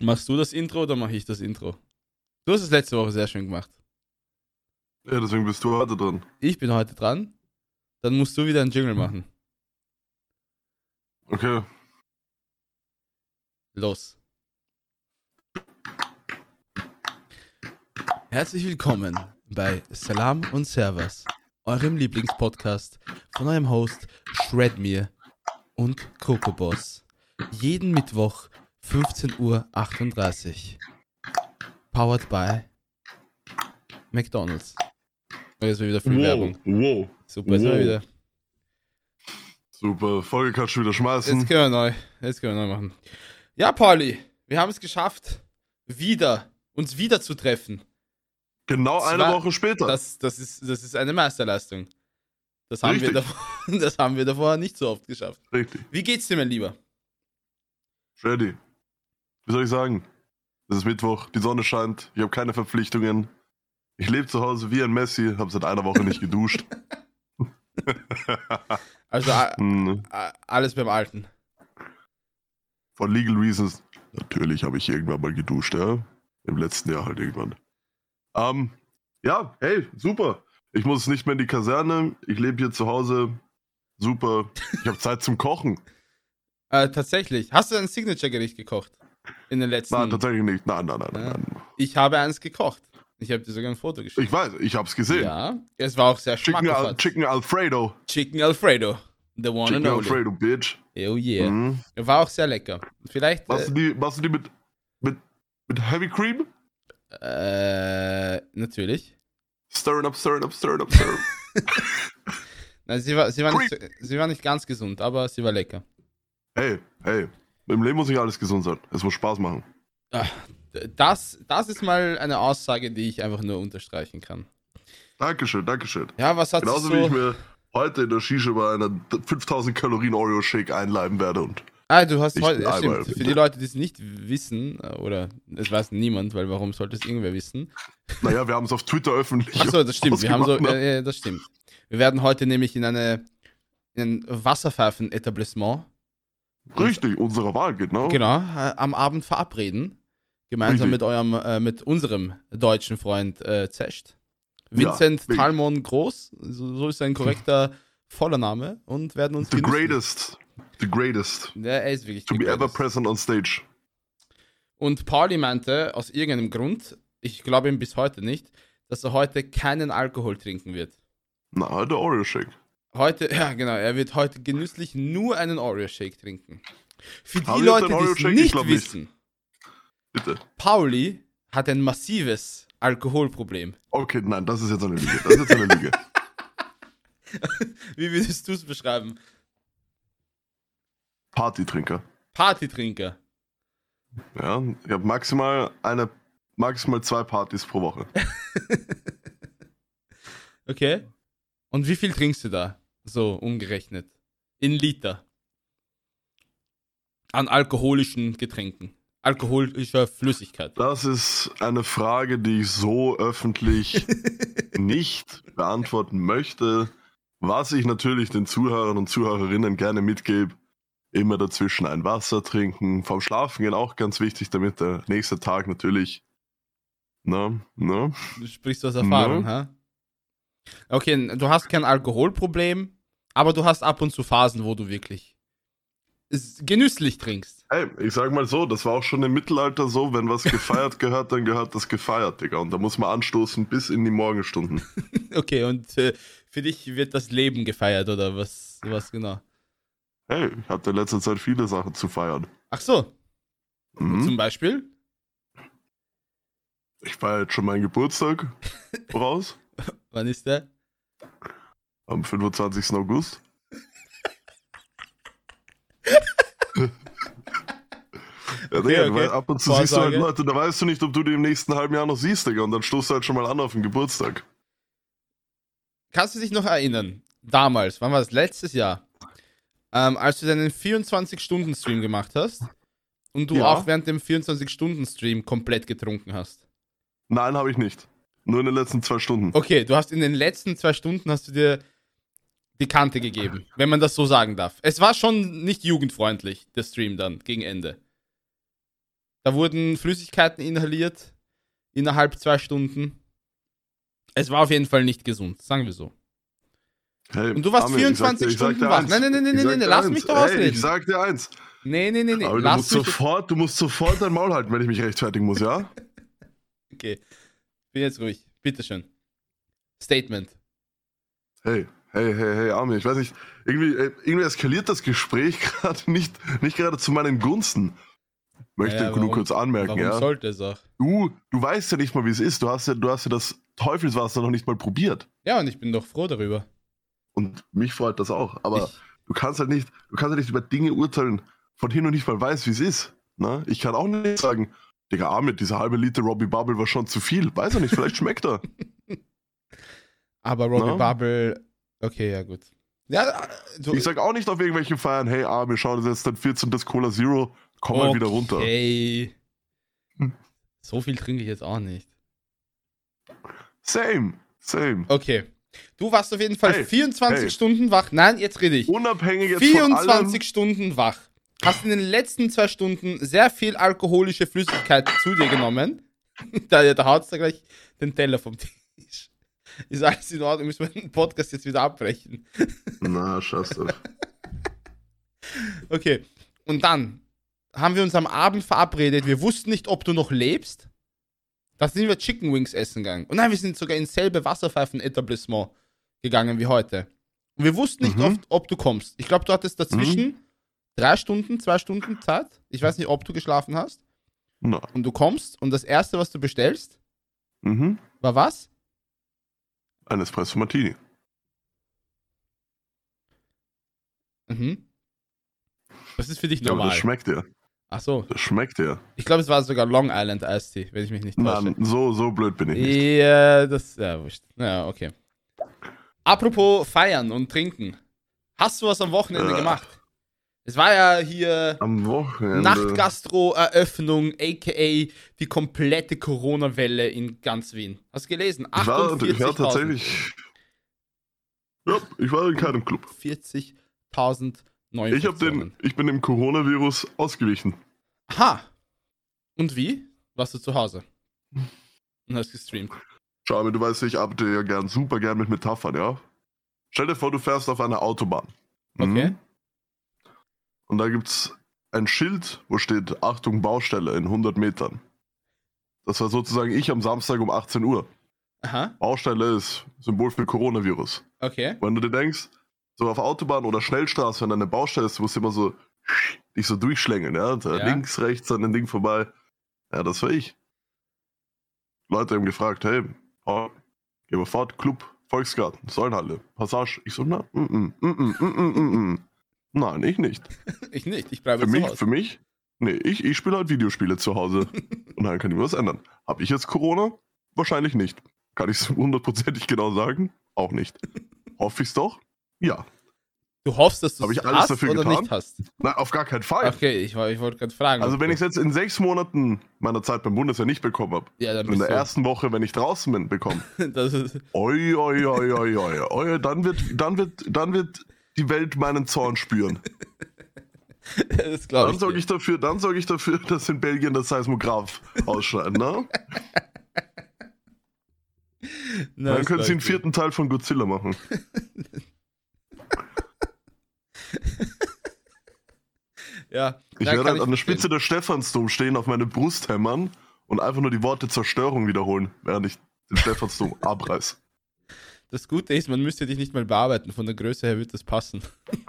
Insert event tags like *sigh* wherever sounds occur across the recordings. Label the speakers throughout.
Speaker 1: Machst du das Intro oder mache ich das Intro? Du hast es letzte Woche sehr schön gemacht.
Speaker 2: Ja, deswegen bist du heute dran.
Speaker 1: Ich bin heute dran. Dann musst du wieder einen Jingle machen.
Speaker 2: Okay.
Speaker 1: Los. Herzlich willkommen bei Salam und Servers, eurem Lieblingspodcast von eurem Host Shredmir und Kokoboss. Jeden Mittwoch 15.38 Uhr. Powered by McDonalds. Oh, Jetzt wird wieder viel Werbung.
Speaker 2: wow.
Speaker 1: Super, jetzt sind wir
Speaker 2: Wow.
Speaker 1: wieder.
Speaker 2: Super, Folge kannst du wieder
Speaker 1: Jetzt
Speaker 2: schmeißen.
Speaker 1: können wir neu. Jetzt können wir neu machen. Ja, Pauli, wir haben es geschafft, wieder uns wieder zu treffen.
Speaker 2: Genau eine
Speaker 1: Zwei-
Speaker 2: Woche später.
Speaker 1: Das, das, ist, das ist eine Meisterleistung. Das haben, wir
Speaker 2: Richtig.
Speaker 1: davor, *laughs* das haben wir davor nicht so oft geschafft.
Speaker 2: Richtig.
Speaker 1: Wie geht's dir, mein Lieber?
Speaker 2: Freddy. Wie soll ich sagen? Es ist Mittwoch, die Sonne scheint, ich habe keine Verpflichtungen. Ich lebe zu Hause wie ein Messi, habe seit einer Woche
Speaker 1: *laughs*
Speaker 2: nicht geduscht.
Speaker 1: Also a-
Speaker 2: Hm,
Speaker 1: a- alles beim Alten.
Speaker 2: For legal reasons. Natürlich habe ich irgendwann mal geduscht, ja. Im letzten Jahr halt irgendwann. Ähm, ja, hey, super. Ich muss nicht mehr in die Kaserne. Ich lebe hier zu Hause. Super. Ich habe Zeit zum Kochen.
Speaker 1: Äh, tatsächlich, hast du ein Signature-Gericht gekocht? In den letzten.
Speaker 2: Nein, tatsächlich nicht. Nein, nein, nein,
Speaker 1: Hm. Ja.
Speaker 2: nein. nein.
Speaker 1: ich habe eins gekocht. Ich habe dir sogar ein Foto geschickt.
Speaker 2: Ich weiß, ich habe es gesehen.
Speaker 1: Ja, es war auch sehr
Speaker 2: Chicken, Al
Speaker 1: schmackhaft.
Speaker 2: Chicken Alfredo.
Speaker 1: Chicken Alfredo. The one and
Speaker 2: Chicken
Speaker 1: only.
Speaker 2: Alfredo, Bitch.
Speaker 1: Oh yeah.
Speaker 2: Mhm.
Speaker 1: War auch sehr lecker. Vielleicht.
Speaker 2: Machst, du die, machst du die mit, mit, mit Heavy Cream?
Speaker 1: Äh, natürlich.
Speaker 2: Stirring up, stirring up, stirring up, stirring up.
Speaker 1: *laughs* Nein, sie war, sie, war nicht, sie war nicht ganz gesund, aber sie war lecker.
Speaker 2: hey, hey. Im Leben muss nicht alles gesund sein. Es muss Spaß machen. Ah.
Speaker 1: Das, das ist mal eine Aussage, die ich einfach nur unterstreichen kann.
Speaker 2: Dankeschön, Dankeschön.
Speaker 1: Ja, was hat sich
Speaker 2: Genauso wie ich
Speaker 1: so...
Speaker 2: mir heute in der Shisha bei einer 5000 Kalorien Oreo Shake einleiben werde und
Speaker 1: Ah, du hast
Speaker 2: Ich
Speaker 1: heute...
Speaker 2: bin
Speaker 1: Ja,
Speaker 2: einmal-
Speaker 1: stimmt, für die Leute, die es nicht wissen, äh, oder es weiß niemand, weil warum sollte es irgendwer wissen?
Speaker 2: naja, wir haben es auf Twitter öffentlich.
Speaker 1: Achso, das stimmt. Wir haben so...
Speaker 2: *laughs* ausgemacht, ne?
Speaker 1: Äh, äh, das stimmt. Wir werden heute nämlich in eine... In ein Wasserpfeifen-Etablissement,
Speaker 2: ne? Richtig, unserer Wahl, genau.
Speaker 1: äh, genau, äh, am Abend verabreden. Gemeinsam
Speaker 2: Richtig.
Speaker 1: mit eurem, äh, mit unserem deutschen Freund äh, Zescht. Vincent
Speaker 2: wirklich.
Speaker 1: Talmon Groß, so, so ist sein
Speaker 2: *laughs*
Speaker 1: korrekter voller Name und werden uns
Speaker 2: The
Speaker 1: genießen.
Speaker 2: greatest, the greatest
Speaker 1: Ja, er ist wirklich
Speaker 2: to be
Speaker 1: gut.
Speaker 2: ever present on stage.
Speaker 1: Und Pauli meinte aus irgendeinem Grund, ich glaube ihm bis heute nicht, dass er heute keinen Alkohol trinken wird.
Speaker 2: Na, der Oreo Shake.
Speaker 1: Heute, *laughs* ja genau, er wird heute genüsslich nur einen Oreo-Shake trinken. Für die
Speaker 2: Haben wir jetzt
Speaker 1: Leute, die
Speaker 2: einen
Speaker 1: es
Speaker 2: Oreo-Shake? Ich
Speaker 1: nicht
Speaker 2: glaub nicht.
Speaker 1: wissen,
Speaker 2: Bitte.
Speaker 1: Pauli hat ein massives Alkoholproblem.
Speaker 2: Okay, nein, das ist jetzt eine Lüge. Das ist jetzt eine Lüge.
Speaker 1: Wie würdest du es beschreiben?
Speaker 2: Partytrinker.
Speaker 1: Partytrinker.
Speaker 2: Ja, ich habe maximal eine, maximal zwei Partys pro Woche.
Speaker 1: Okay. Und wie viel trinkst du da? So umgerechnet. In Liter. An alkoholischen Getränken. Alkoholischer Flüssigkeit.
Speaker 2: Das ist eine Frage, die ich so öffentlich nicht beantworten möchte. Was ich natürlich den Zuhörern und Zuhörerinnen gerne mitgebe, immer dazwischen ein Wasser trinken, vom Schlafen gehen auch ganz wichtig, damit der nächste Tag natürlich. Ne, ne?
Speaker 1: Du sprichst aus Erfahrung,
Speaker 2: No.
Speaker 1: ha? Okay, n- du hast kein Alkoholproblem, aber du hast ab und zu Phasen, wo du wirklich s- genüsslich trinkst. *laughs*
Speaker 2: Hey, ich sag mal so, das war auch schon im Mittelalter so, wenn was gefeiert gehört, dann gehört das gefeiert, Digga. Und da muss man anstoßen bis in die Morgenstunden.
Speaker 1: Okay, und äh, für dich wird das Leben gefeiert, oder was, was genau?
Speaker 2: Hey, ich hatte in letzter Zeit viele Sachen zu feiern.
Speaker 1: Ach so,
Speaker 2: Mhm.
Speaker 1: zum Beispiel?
Speaker 2: Ich feiere jetzt schon meinen Geburtstag voraus
Speaker 1: Wann ist der?
Speaker 2: am
Speaker 1: *laughs*
Speaker 2: 25. August. ja,
Speaker 1: Okay,
Speaker 2: Digga,
Speaker 1: okay.
Speaker 2: Weil ab und zu siehst du halt
Speaker 1: Vorsorge.
Speaker 2: Leute, da weißt du nicht, ob du die im nächsten halben Jahr noch siehst, Digga. Und dann stoßt du halt schon mal an auf den Geburtstag.
Speaker 1: Kannst du dich noch erinnern, damals, wann war das? Letztes Jahr, ähm, als du deinen 24-Stunden-Stream gemacht hast und du
Speaker 2: Ja.
Speaker 1: auch während dem 24-Stunden-Stream komplett getrunken hast.
Speaker 2: Nein, habe ich nicht. Nur in den letzten zwei Stunden.
Speaker 1: Okay, du hast in den letzten zwei Stunden hast du dir die Kante gegeben, wenn man das so sagen darf. Es war schon nicht jugendfreundlich, der Stream dann gegen Ende. Da wurden Flüssigkeiten inhaliert innerhalb zwei Stunden. Es war auf jeden Fall nicht gesund, sagen wir so.
Speaker 2: Hey,
Speaker 1: Und du warst
Speaker 2: Armin,
Speaker 1: 24
Speaker 2: ich sag dir- ich sag
Speaker 1: Stunden
Speaker 2: dir
Speaker 1: wach.
Speaker 2: eins.
Speaker 1: Nein, nein, nein, nein,
Speaker 2: Ich
Speaker 1: nein,
Speaker 2: sag
Speaker 1: nein,
Speaker 2: dir
Speaker 1: lass
Speaker 2: eins.
Speaker 1: mich doch
Speaker 2: Hey, ich
Speaker 1: ausreden.
Speaker 2: sag dir eins.
Speaker 1: Nee, nee, nee, nee.
Speaker 2: Aber du musst,
Speaker 1: Lass mich doch-
Speaker 2: sofort, du musst sofort dein Maul halten, wenn ich mich rechtfertigen muss,
Speaker 1: *laughs*
Speaker 2: ja?
Speaker 1: Okay. Bin jetzt ruhig. Bitteschön. Statement.
Speaker 2: Hey, hey, hey, hey, Armin, ich weiß nicht, irgendwie, äh, irgendwie eskaliert das Gespräch *laughs* gerade nicht, nicht gerade zu meinen Gunsten. Möchte
Speaker 1: Naja, warum-
Speaker 2: nur kurz anmerken,
Speaker 1: Warum
Speaker 2: ja?
Speaker 1: sollte es auch?
Speaker 2: Du, du weißt ja nicht mal, wie es ist. Du hast ja, du hast ja das Teufelswasser noch nicht mal probiert.
Speaker 1: Ja, und ich bin doch froh darüber.
Speaker 2: Und mich freut das auch. Aber
Speaker 1: ich,
Speaker 2: du kannst halt nicht, du kannst halt nicht über Dinge urteilen, von denen du nicht mal weißt, wie es ist. Ne? Ich kann auch nicht sagen, Digga, Armin, dieser halbe Liter Robbie Bubble war schon zu viel. Weiß er nicht, vielleicht
Speaker 1: *laughs*
Speaker 2: schmeckt er.
Speaker 1: aber Robbie
Speaker 2: Na?
Speaker 1: Bubble. Okay, ja, gut. Ja, äh, du,
Speaker 2: Ich sag auch nicht auf irgendwelchen Feiern, hey Armin, schau, das ist jetzt dein 14. Cola Zero, komm mal wieder runter.
Speaker 1: Okay.
Speaker 2: Hm.
Speaker 1: So viel trinke ich jetzt auch nicht.
Speaker 2: Same, same.
Speaker 1: Okay. Du warst auf jeden Fall
Speaker 2: Hey,
Speaker 1: 24
Speaker 2: hey.
Speaker 1: Stunden wach. Nein, jetzt rede ich.
Speaker 2: Unabhängig jetzt von allem,
Speaker 1: 24 Stunden wach. Hast in den letzten zwei Stunden sehr viel alkoholische Flüssigkeit zu dir genommen. *laughs* da, da haut da gleich den Teller vom Tisch. Ist alles in Ordnung? Müssen wir den Podcast jetzt wieder abbrechen?
Speaker 2: Na, schaffst du.
Speaker 1: Okay. Und dann haben wir uns am Abend verabredet. Wir wussten nicht, ob du noch lebst. Da sind wir Chicken Wings essen gegangen. Und nein, wir sind sogar ins selbe Wasserpfeifen-Etablissement gegangen wie heute. Und wir wussten nicht,
Speaker 2: Mhm.
Speaker 1: oft, ob du kommst. Ich glaube, du hattest dazwischen drei Stunden, zwei Stunden Zeit. Ich weiß nicht, ob du geschlafen hast.
Speaker 2: Na,
Speaker 1: Und du kommst und das Erste, was du bestellst,
Speaker 2: mhm.
Speaker 1: war was?
Speaker 2: Ein Espresso Martini.
Speaker 1: Mhm. Das ist für dich
Speaker 2: Ja, aber
Speaker 1: normal.
Speaker 2: das schmeckt dir.
Speaker 1: Ach so.
Speaker 2: Das schmeckt dir.
Speaker 1: Ich glaube, es war sogar Long Island Iced Tea, wenn ich mich nicht täusche.
Speaker 2: Nein, so, so blöd bin ich nicht.
Speaker 1: Ja, das. Ja, wurscht. Ja, okay. Apropos feiern und trinken. Hast du was am Wochenende
Speaker 2: Äh.
Speaker 1: gemacht? Es war ja hier
Speaker 2: Am Wochenende.
Speaker 1: Nachtgastro-Eröffnung, aka die komplette Corona-Welle in ganz Wien. Hast du gelesen?
Speaker 2: Ich war,
Speaker 1: 48.000.
Speaker 2: ich war tatsächlich. Ja, ich war in keinem Club.
Speaker 1: 40.000 neue
Speaker 2: Ich, hab den,
Speaker 1: Infektionen.
Speaker 2: ich bin dem Coronavirus ausgewichen.
Speaker 1: Aha. Und wie? Warst du zu
Speaker 2: *laughs*
Speaker 1: Hause? Und hast gestreamt.
Speaker 2: Schau, Armin, du weißt, ich arbeite ja gern, super gern mit Metaphern, ja? Stell dir vor, du fährst auf einer Autobahn. Mhm.
Speaker 1: Okay.
Speaker 2: Und da gibt's ein Schild, wo steht, Achtung, Baustelle in 100 Metern. Das war sozusagen ich am Samstag um 18 Uhr.
Speaker 1: Aha.
Speaker 2: Baustelle ist Symbol für Coronavirus.
Speaker 1: Okay.
Speaker 2: Wenn du dir denkst, so auf Autobahn oder Schnellstraße, wenn da eine Baustelle ist, musst du immer so dich so durchschlängeln, ja? Da
Speaker 1: Ja.
Speaker 2: Links, rechts an dem Ding vorbei. Ja, das war ich. Leute haben gefragt, hey, oh, geh mal fort, Club, Volksgarten, Säulenhalle, Passage. Ich so, na, mm, mm, mm, mm, mm, mm, mm. nein, ich nicht.
Speaker 1: Ich nicht. Ich bleibe
Speaker 2: Für
Speaker 1: zu
Speaker 2: mich,
Speaker 1: Hause.
Speaker 2: für mich, nee, ich, ich spiele halt Videospiele zu
Speaker 1: *laughs*
Speaker 2: Hause. Und dann kann ich mir was ändern. Habe ich jetzt Corona? Wahrscheinlich nicht. Kann ich es *laughs* hundertprozentig genau sagen? Auch nicht. Hoffe ich es doch? Ja.
Speaker 1: Du hoffst, dass du
Speaker 2: Hab ich
Speaker 1: es
Speaker 2: alles
Speaker 1: hast
Speaker 2: dafür
Speaker 1: oder
Speaker 2: getan?
Speaker 1: nicht hast.
Speaker 2: Nein, auf gar keinen Fall.
Speaker 1: Okay, ich, wa- ich wollte gerade fragen.
Speaker 2: Also wenn ich es jetzt in sechs Monaten meiner Zeit beim Bundeswehr nicht bekommen habe,
Speaker 1: ja, dann
Speaker 2: und in
Speaker 1: bist
Speaker 2: der
Speaker 1: du,
Speaker 2: ersten Woche, wenn ich draußen bin, bekomme,
Speaker 1: *laughs* das ist,
Speaker 2: oi, oi, oi, oi, oi, oi, dann wird, dann wird, dann wird die Welt meinen Zorn spüren.
Speaker 1: das glaube
Speaker 2: Dann
Speaker 1: ich.
Speaker 2: sorge
Speaker 1: dir.
Speaker 2: ich dafür, dann sorge ich dafür, dass in Belgien der Seismograph ausschreitet, ne?
Speaker 1: Na,
Speaker 2: Dann
Speaker 1: das
Speaker 2: können sie
Speaker 1: glaub
Speaker 2: den
Speaker 1: ich dir.
Speaker 2: vierten Teil von Godzilla machen.
Speaker 1: Ja,
Speaker 2: Ich
Speaker 1: da
Speaker 2: werde
Speaker 1: kann
Speaker 2: halt an der Spitze
Speaker 1: verstehen.
Speaker 2: der Stephansdom stehen, auf meine Brust hämmern und einfach nur die Worte Zerstörung wiederholen, während ich den
Speaker 1: *laughs*
Speaker 2: Stephansdom abreiß.
Speaker 1: Das Gute ist, man müsste dich nicht mal bearbeiten. Von der Größe her wird das passen. *laughs*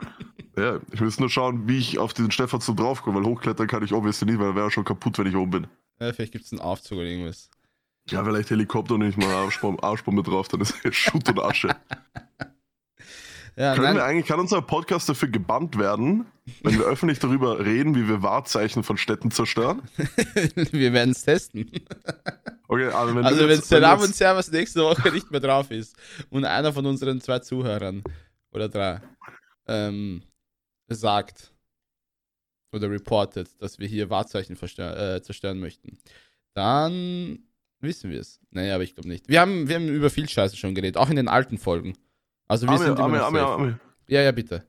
Speaker 2: Ja, ich muss nur schauen, wie ich auf diesen Stephansdom draufkomme, weil hochklettern kann ich obviously nicht, weil er wäre schon kaputt, wenn ich oben bin.
Speaker 1: Ja, vielleicht gibt es einen Aufzug oder irgendwas.
Speaker 2: Ja, vielleicht Helikopter und nicht mal
Speaker 1: *laughs*
Speaker 2: Arschbombe, Arschbombe drauf, dann ist er Schutt und Asche.
Speaker 1: Ja,
Speaker 2: Können
Speaker 1: nein,
Speaker 2: wir eigentlich, kann unser Podcast dafür gebannt werden, wenn wir öffentlich darüber reden, wie wir Wahrzeichen von Städten zerstören?
Speaker 1: *laughs* wir werden es testen.
Speaker 2: Okay, aber wenn
Speaker 1: also,
Speaker 2: du
Speaker 1: wenn
Speaker 2: jetzt, wenn du
Speaker 1: Salam
Speaker 2: jetzt-
Speaker 1: und Servus nächste Woche nicht mehr drauf ist und einer von unseren zwei Zuhörern oder drei ähm, sagt oder reportet, dass wir hier Wahrzeichen verstör- äh, zerstören möchten, dann wissen wir es. Naja, aber ich glaube nicht. Wir haben, wir haben über viel Scheiße schon geredet, auch in den alten Folgen. Also, wir sind
Speaker 2: Amir,
Speaker 1: immer noch
Speaker 2: Amir, Amir,
Speaker 1: safe.
Speaker 2: Amir.
Speaker 1: Ja, ja, bitte.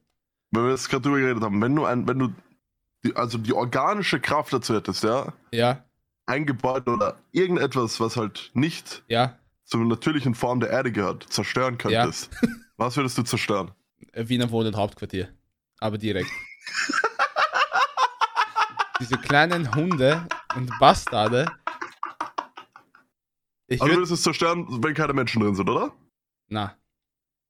Speaker 2: wenn wir jetzt gerade drüber geredet haben, wenn du ein, wenn du die, also die organische Kraft dazu hättest, ja,
Speaker 1: Ja,
Speaker 2: ein Gebäude oder irgendetwas, was halt nicht
Speaker 1: Ja,
Speaker 2: zur natürlichen Form der Erde gehört,
Speaker 1: *laughs*
Speaker 2: zerstören könntest, was würdest du zerstören?
Speaker 1: äh, Wiener Wohnen Hauptquartier. Aber
Speaker 2: *laughs*
Speaker 1: direkt. Diese kleinen Hunde und Bastarde. Ich
Speaker 2: Also
Speaker 1: würde.
Speaker 2: würdest du es zerstören, wenn keine Menschen drin sind, oder?
Speaker 1: Na.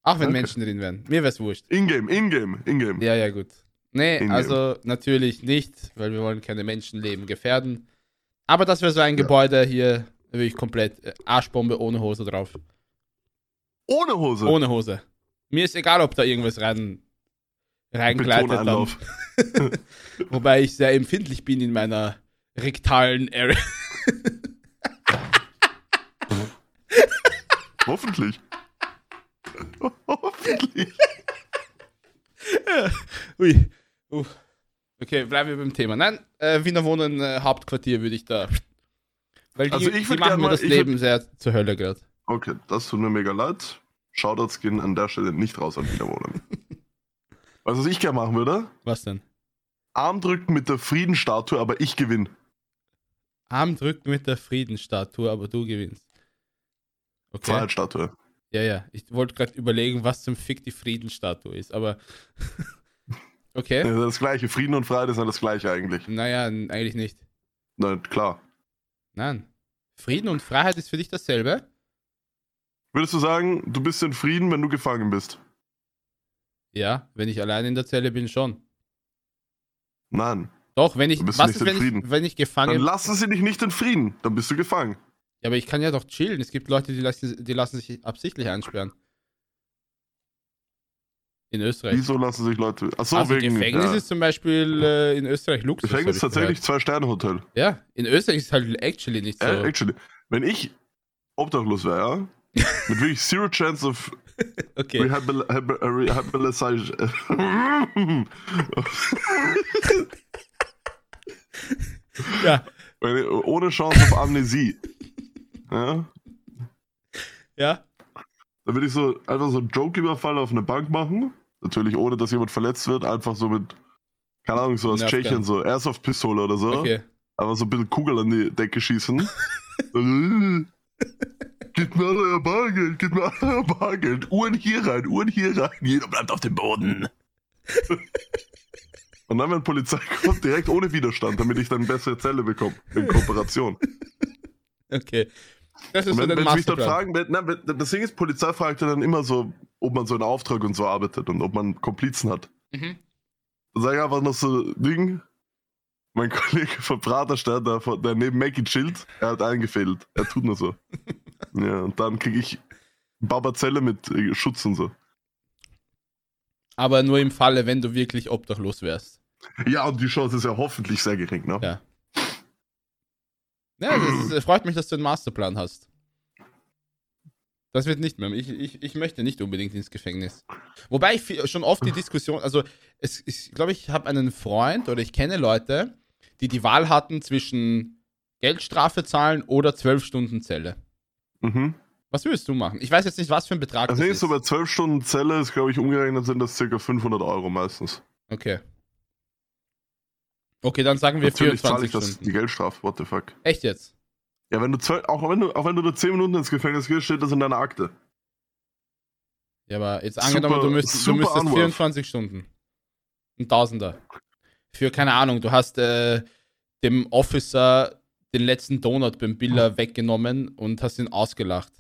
Speaker 1: Auch wenn
Speaker 2: Okay.
Speaker 1: Menschen drin wären. Mir wär's wurscht.
Speaker 2: Ingame, Ingame, Ingame.
Speaker 1: Ja, ja, gut. Nee,
Speaker 2: Ingame.
Speaker 1: also natürlich nicht, weil wir wollen keine Menschenleben gefährden. Aber das wäre so ein Gebäude hier, würde ich komplett äh, Arschbombe ohne Hose drauf.
Speaker 2: Ohne Hose.
Speaker 1: Ohne Hose. Mir ist egal, ob da irgendwas rein reingleitet. Dann.
Speaker 2: Betonanlauf.
Speaker 1: Wobei ich sehr empfindlich bin in meiner rektalen Area.
Speaker 2: *laughs* Hoffentlich. *laughs* Hoffentlich.
Speaker 1: Ui. Uff. Okay, bleiben wir beim Thema. Nein, äh, Wiener Wohnen äh, Hauptquartier würde ich da. Weil die,
Speaker 2: Also ich
Speaker 1: die
Speaker 2: würd
Speaker 1: machen
Speaker 2: gern
Speaker 1: mir
Speaker 2: mal-
Speaker 1: das
Speaker 2: ich würd-
Speaker 1: Leben sehr zur Hölle gerade.
Speaker 2: Okay, das tut mir mega leid. Shoutouts gehen an der Stelle nicht raus an
Speaker 1: *laughs*
Speaker 2: Wiederwohnen. Weißt du, was ich gerne machen würde?
Speaker 1: Was denn?
Speaker 2: Arm drücken mit der Friedenstatue, aber ich gewinne.
Speaker 1: Arm drückt mit der Friedensstatue, aber du gewinnst. Okay.
Speaker 2: Freiheitsstatue.
Speaker 1: Ja, ja. Ich wollte gerade überlegen, was zum Fick die Friedensstatue ist, aber. *laughs* okay.
Speaker 2: Das ist das gleiche. Frieden und Freiheit ist ja das gleiche eigentlich.
Speaker 1: Naja, n- eigentlich nicht.
Speaker 2: Na klar.
Speaker 1: Nein. Frieden und Freiheit ist für dich dasselbe?
Speaker 2: Würdest du sagen, du bist in Frieden, wenn du gefangen bist?
Speaker 1: Ja, wenn ich allein in der Zelle bin, schon.
Speaker 2: Nein.
Speaker 1: Doch, wenn ich.
Speaker 2: Dann bist du
Speaker 1: Was ist,
Speaker 2: nicht in
Speaker 1: wenn ich,
Speaker 2: Frieden.
Speaker 1: wenn ich
Speaker 2: Dann
Speaker 1: gefangen
Speaker 2: lassen sie dich nicht in Frieden. Dann bist du gefangen.
Speaker 1: Ja, aber ich kann ja doch chillen. Es gibt Leute, die lassen, die lassen sich absichtlich einsperren. In Österreich.
Speaker 2: Wieso lassen sich Leute. Achso,
Speaker 1: also
Speaker 2: wegen.
Speaker 1: Gefängnis
Speaker 2: ja.
Speaker 1: ist zum Beispiel äh, in Österreich Luxus. hab
Speaker 2: Gefängnis
Speaker 1: ich
Speaker 2: tatsächlich Zwei-Sterne-Hotel.
Speaker 1: gehört. Ja, in Österreich ist halt actually nicht so.
Speaker 2: Äh, actually, wenn ich obdachlos wäre,
Speaker 1: *laughs*
Speaker 2: ja, mit wirklich zero chance of
Speaker 1: okay.
Speaker 2: rehabil äh, habil- rehabilitation.
Speaker 1: Ja,
Speaker 2: *laughs* Wenn ich- Ohne Chance auf Amnesie. Ja,
Speaker 1: ja.
Speaker 2: dann würde ich so einfach so einen Joke-Überfall auf eine Bank machen. Natürlich ohne, dass jemand verletzt wird. Einfach so mit, keine Ahnung, so aus
Speaker 1: Nerfgun.
Speaker 2: Tschechien, so Airsoft-Pistole oder so.
Speaker 1: Okay.
Speaker 2: Aber so ein bisschen Kugel an die Decke schießen. äh, Gib mir all euer Bargeld, gib mir all euer Bargeld. Uhren hier rein, Uhren hier rein. Jeder bleibt auf dem Boden. Und dann, wenn Polizei kommt, direkt ohne Widerstand, damit ich dann bessere Zelle bekomme. In Kooperation.
Speaker 1: Okay. Das ist
Speaker 2: Und
Speaker 1: so
Speaker 2: wenn,
Speaker 1: dein
Speaker 2: wenn sie mich dort
Speaker 1: Masterplan.
Speaker 2: fragen, wenn, na, wenn, das Ding ist, Polizei fragt ja dann immer so, ob man so einen Auftrag und so arbeitet und ob man Komplizen hat.
Speaker 1: Mhm.
Speaker 2: Dann sage ich einfach noch so Ding. Mein *laughs* Kollege von Praterstein, der, von- der neben Mackie chillt, er hat eingefädelt. Er tut
Speaker 1: *laughs*
Speaker 2: nur so. ja, und dann kriege ich Babazelle mit äh, Schutz und so.
Speaker 1: Aber nur im Falle, wenn du wirklich obdachlos wärst.
Speaker 2: Ja, und die Chance ist ja hoffentlich sehr gering, ne?
Speaker 1: Ja. Ja, das äh, freut mich, dass du einen Masterplan hast. Das wird nicht mehr. Ich, ich, ich möchte nicht unbedingt ins Gefängnis. Wobei ich viel- schon oft die Diskussion, also es, ich glaube, ich habe einen Freund oder ich kenne Leute, die die Wahl hatten zwischen Geldstrafe zahlen oder zwölf Stunden Zelle.
Speaker 2: Mhm.
Speaker 1: Was würdest du machen? Ich weiß jetzt nicht, was für ein Betrag
Speaker 2: Das
Speaker 1: das
Speaker 2: Ding
Speaker 1: ist.
Speaker 2: ist so, bei 12 Stunden Zelle ist, glaube ich, umgerechnet sind das ca. 500 Euro meistens.
Speaker 1: Okay. Okay, dann sagen wir
Speaker 2: Natürlich zahle ich
Speaker 1: 24
Speaker 2: das, die
Speaker 1: Stunden.
Speaker 2: Geldstrafe, what the fuck.
Speaker 1: Echt jetzt?
Speaker 2: Ja, wenn du zwölf, auch wenn du, auch wenn du nur 10 Minuten ins Gefängnis gehst, steht das in deiner Akte.
Speaker 1: Ja, aber jetzt angenommen,
Speaker 2: Super-
Speaker 1: du müsstest, du
Speaker 2: super
Speaker 1: müsstest
Speaker 2: Anwurf.
Speaker 1: 24 Stunden. Ein Tausender. Für, keine Ahnung, du hast äh, dem Officer den letzten Donut beim Biller weggenommen und hast ihn ausgelacht.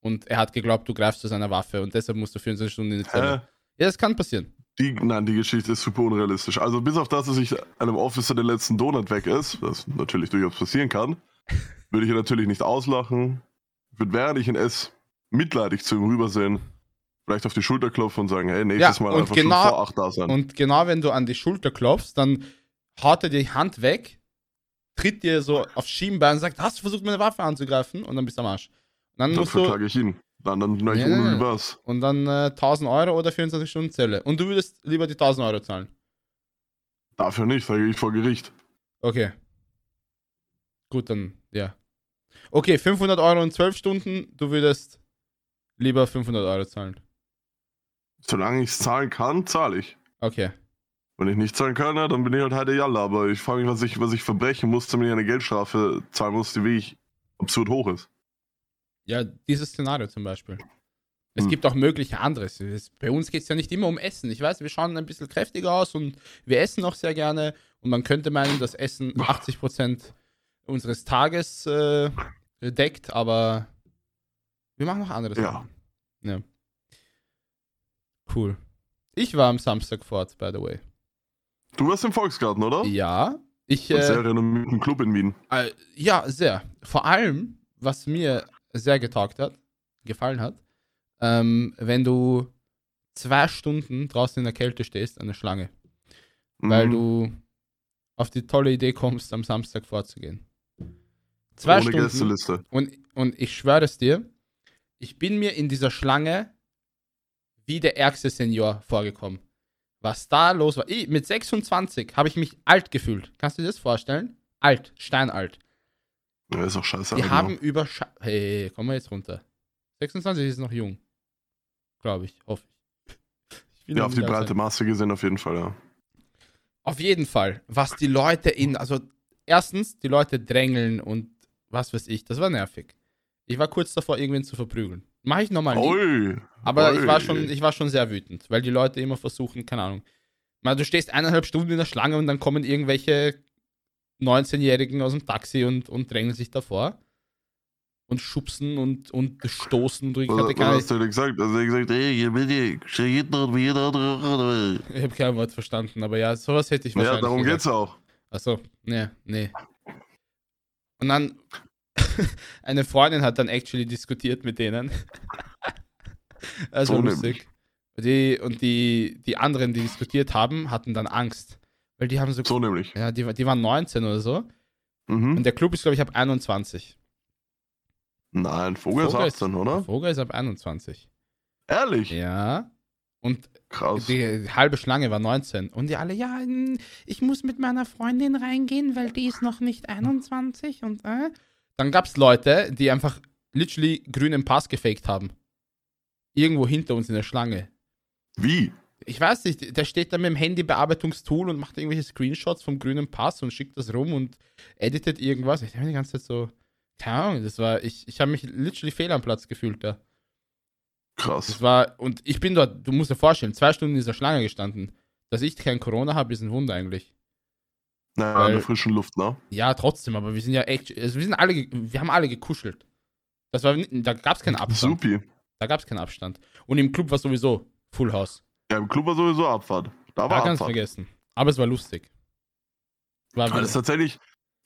Speaker 1: Und er hat geglaubt, du greifst zu seiner Waffe und deshalb musst du 24 Stunden in die Zelle.
Speaker 2: Äh,
Speaker 1: Ja, das kann passieren.
Speaker 2: Die, nein, die Geschichte ist super unrealistisch. Also bis auf das, dass ich einem Officer den letzten Donut weg ist, was natürlich durchaus
Speaker 1: *laughs*
Speaker 2: passieren kann, würde ich ihn natürlich nicht auslachen. Ich würde während ich ihn esse, mitleidig zu ihm rübersehen, vielleicht auf die Schulter klopfen und sagen, hey, nächstes
Speaker 1: Ja,
Speaker 2: Mal
Speaker 1: und
Speaker 2: einfach
Speaker 1: genau-
Speaker 2: schon vor acht da sein.
Speaker 1: Und genau wenn du an die Schulter klopfst, dann haut er dir die Hand weg, tritt dir so aufs Schienbein und sagt, hast du versucht, meine Waffe anzugreifen? Und dann bist du am Arsch. Und dann
Speaker 2: dann
Speaker 1: musst du
Speaker 2: verklage ich ihn. Dann, dann neige ich
Speaker 1: Ja.
Speaker 2: ohne was.
Speaker 1: Und dann äh, 1000 Euro oder 24 Stunden Zelle. Und du würdest lieber die 1000 Euro zahlen.
Speaker 2: Dafür nicht, da gehe ich vor Gericht.
Speaker 1: Okay. Gut, dann, ja. Okay, 500 Euro in 12 Stunden. Du würdest lieber 500 Euro zahlen.
Speaker 2: Solange ich es zahlen kann, zahle ich.
Speaker 1: Okay.
Speaker 2: Wenn ich nichts zahlen kann, ja, dann bin ich halt halt Jalla. Aber ich frage mich, was ich, was ich verbrechen muss, damit ich eine Geldstrafe zahlen muss, die wirklich absurd hoch ist.
Speaker 1: Ja, dieses Szenario zum Beispiel. Es
Speaker 2: Hm.
Speaker 1: gibt auch mögliche anderes. Es, bei uns geht es ja nicht immer um Essen. Ich weiß, wir schauen ein bisschen kräftiger aus und wir essen auch sehr gerne. Und man könnte meinen, dass Essen 80% unseres Tages äh, deckt, aber wir machen noch anderes.
Speaker 2: Ja.
Speaker 1: ja. Cool. Ich war am Samstag fort, by the way.
Speaker 2: Du warst im Volksgarten, oder?
Speaker 1: Ja. Ich,
Speaker 2: Im
Speaker 1: äh,
Speaker 2: Oh. sehr renommierten Club in Wien.
Speaker 1: Äh, ja, sehr. Vor allem, was mir sehr getaugt hat, gefallen hat, ähm, wenn du zwei Stunden draußen in der Kälte stehst an der Schlange, weil
Speaker 2: Mhm.
Speaker 1: du auf die tolle Idee kommst, am Samstag vorzugehen. Zwei
Speaker 2: Ohne
Speaker 1: Stunden.
Speaker 2: Gästeliste.
Speaker 1: Und, und ich schwöre es dir, ich bin mir in dieser Schlange wie der ärgste Senior vorgekommen. Was da los war. Ich, mit 26 habe ich mich alt gefühlt. Kannst du dir das vorstellen? Alt, steinalt.
Speaker 2: Ja, ist auch scheiße.
Speaker 1: Die
Speaker 2: Alter.
Speaker 1: haben über. Scha hey, kommen wir jetzt runter. 26 ist noch jung. Glaube ich, hoffe ich. ich. will
Speaker 2: ja,
Speaker 1: noch
Speaker 2: auf die
Speaker 1: nicht alt
Speaker 2: breite
Speaker 1: sein.
Speaker 2: Masse gesehen, auf jeden Fall, ja.
Speaker 1: Auf jeden Fall, was die Leute in. Also, erstens, die Leute drängeln und was weiß ich. Das war nervig. Ich war kurz davor, irgendwen zu verprügeln. Mache ich nochmal.
Speaker 2: Oh,
Speaker 1: nie.
Speaker 2: Ui!
Speaker 1: Aber ich war,
Speaker 2: ui.
Speaker 1: schon, ich war schon sehr wütend, weil die Leute immer versuchen, keine Ahnung. Man, du stehst eineinhalb Stunden in der Schlange und dann kommen irgendwelche 19-Jährigen aus dem Taxi und, und drängen sich davor. Und schubsen und, und stoßen. Und ich
Speaker 2: Was,
Speaker 1: hatte
Speaker 2: was
Speaker 1: keine,
Speaker 2: hast du denn gesagt? Also, ich gesagt, ey, ihr bitte, steh hinten und wie jeder andere.
Speaker 1: ich habe kein Wort verstanden, aber ja, sowas hätte ich
Speaker 2: Ja, darum
Speaker 1: gesagt.
Speaker 2: geht's auch.
Speaker 1: Achso, nee, nee. Und dann, *laughs* eine Freundin hat dann actually diskutiert mit denen. *laughs* Das war
Speaker 2: So
Speaker 1: lustig. Die, und die, die anderen, die diskutiert haben, hatten dann Angst. Weil die haben so,
Speaker 2: So nämlich.
Speaker 1: ja, die, die waren 19 oder so. Und
Speaker 2: Mhm.
Speaker 1: der Club ist, glaube ich, ab 21.
Speaker 2: Nein, Vogel ist
Speaker 1: Vogel ist-
Speaker 2: 18, oder?
Speaker 1: Vogel ist ab 21.
Speaker 2: Ehrlich?
Speaker 1: Ja. Und
Speaker 2: Krass.
Speaker 1: die halbe Schlange war 19. Und die alle, ja, n- ich muss mit meiner Freundin reingehen, weil die ist noch nicht 21 und äh. Dann gab es Leute, die einfach literally grünen Pass gefaked haben. Irgendwo hinter uns in der Schlange.
Speaker 2: Wie?
Speaker 1: Ich weiß nicht, der steht da mit dem Handy-Bearbeitungstool und macht irgendwelche Screenshots vom grünen Pass und schickt das rum und editet irgendwas. Ich habe die ganze Zeit so, keine Ahnung, das war, ich, ich habe mich literally fehl am Platz gefühlt da. Das
Speaker 2: Krass.
Speaker 1: war, und ich bin dort, du musst dir vorstellen, zwei Stunden in dieser Schlange gestanden. Dass ich kein Corona habe, ist ein Wunder eigentlich.
Speaker 2: Naja, in
Speaker 1: weil-
Speaker 2: der frischen Luft, ne?
Speaker 1: Ja, trotzdem, aber wir sind ja echt, also wir sind alle, ge- wir haben alle gekuschelt. Das war, ni- da gab es keinen Abstand.
Speaker 2: Supi.
Speaker 1: Da gab es keinen Abstand. Und im Club war sowieso Full House.
Speaker 2: Ja, im Club war sowieso Abfahrt.
Speaker 1: Da
Speaker 2: Da war
Speaker 1: kannst du
Speaker 2: Abfahrt.
Speaker 1: vergessen. Aber es war lustig. War
Speaker 2: Weil das tatsächlich,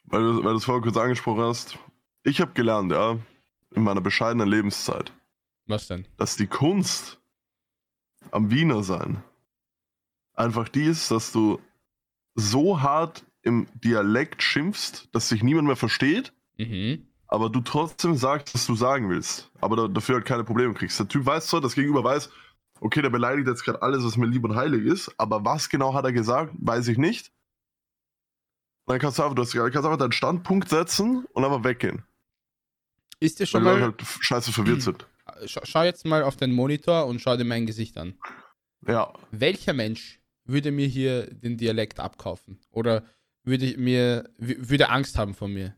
Speaker 2: weil du, weil du es vorher kurz angesprochen hast, ich habe gelernt, ja, in meiner bescheidenen Lebenszeit,
Speaker 1: was denn?
Speaker 2: dass die Kunst am Wiener sein einfach die ist, dass du so hart im Dialekt schimpfst, dass sich niemand mehr versteht,
Speaker 1: Mhm.
Speaker 2: aber du trotzdem sagst, was du sagen willst, aber da, dafür halt keine Probleme kriegst. Der Typ weiß zwar, das Gegenüber weiß, okay, der beleidigt jetzt gerade alles, was mir lieb und heilig ist, aber was genau hat er gesagt, weiß ich nicht. Dann kannst du einfach, du hast, kannst einfach deinen Standpunkt setzen und einfach weggehen,
Speaker 1: Ist dir
Speaker 2: weil
Speaker 1: schon
Speaker 2: die Leute
Speaker 1: mal,
Speaker 2: halt scheiße verwirrt sind.
Speaker 1: schau, schau jetzt mal auf den Monitor und schau dir mein Gesicht an.
Speaker 2: Ja,
Speaker 1: welcher Mensch würde mir hier den Dialekt abkaufen? Oder würde ich mir, w- würde Angst haben von mir?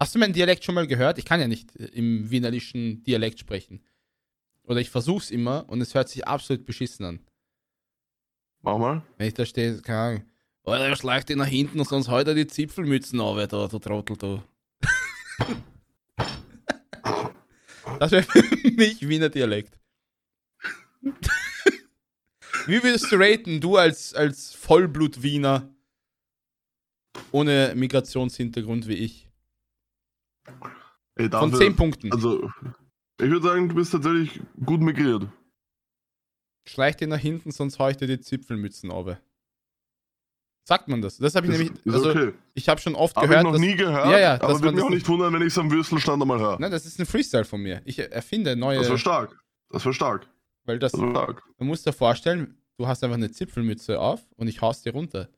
Speaker 1: Hast du meinen Dialekt schon mal gehört? Ich kann ja nicht äh, im wienerlichen Dialekt sprechen. Oder ich versuch's immer und es hört sich absolut beschissen an.
Speaker 2: mach mal.
Speaker 1: Wenn ich da stehe, keine Ahnung. Alter, schleicht dich nach hinten und sonst heute die Zipfelmützen runter, da, du Trottel, du. Das wäre für mich Wiener Dialekt. Wie würdest du raten, du als, als Vollblut-Wiener ohne Migrationshintergrund wie ich?
Speaker 2: Ey,
Speaker 1: Von
Speaker 2: dafür-
Speaker 1: 10 Punkten.
Speaker 2: Also, ich würde sagen, du bist tatsächlich gut migriert.
Speaker 1: Schleicht dich nach hinten, sonst heuchte die Zipfelmützen runter. Sagt man das? Das habe ich
Speaker 2: Ist,
Speaker 1: nämlich.
Speaker 2: ist
Speaker 1: Also,
Speaker 2: okay.
Speaker 1: Ich habe schon oft
Speaker 2: Habe ich
Speaker 1: gehört,
Speaker 2: noch
Speaker 1: dass
Speaker 2: nie gehört,
Speaker 1: Ja, ja, dass
Speaker 2: aber
Speaker 1: man
Speaker 2: würde mich
Speaker 1: das
Speaker 2: auch nicht wundern, wenn ich es am Würstelstand nochmal höre.
Speaker 1: Nein, Ne, das ist ein Freestyle von mir. Ich erfinde neue.
Speaker 2: Das war stark. Das war stark.
Speaker 1: weil das,
Speaker 2: Das war stark.
Speaker 1: man muss dir vorstellen, du hast einfach eine Zipfelmütze auf und ich haust dir runter.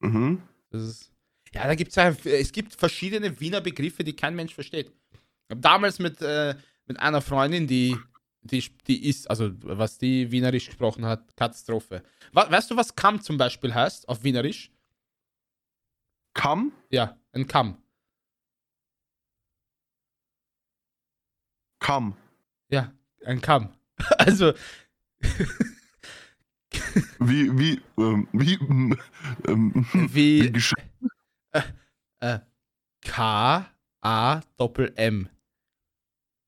Speaker 2: Mhm.
Speaker 1: Das ist. Ja, da gibt's ja, es gibt verschiedene Wiener Begriffe, die kein Mensch versteht. Ich habe damals mit, äh, mit einer Freundin, die die, die ist, also was die Wienerisch gesprochen hat, Katastrophe. Wa- Weißt du, was Kamm zum Beispiel heißt auf Wienerisch?
Speaker 2: Kamm?
Speaker 1: Ja, ein Kamm.
Speaker 2: Kamm.
Speaker 1: Ja, ein Kamm. *laughs* Also,
Speaker 2: Wie, wie, ähm, wie, *laughs* ähm, ähm, wie
Speaker 1: wie
Speaker 2: *laughs* gesch-
Speaker 1: K-A-Doppel-M.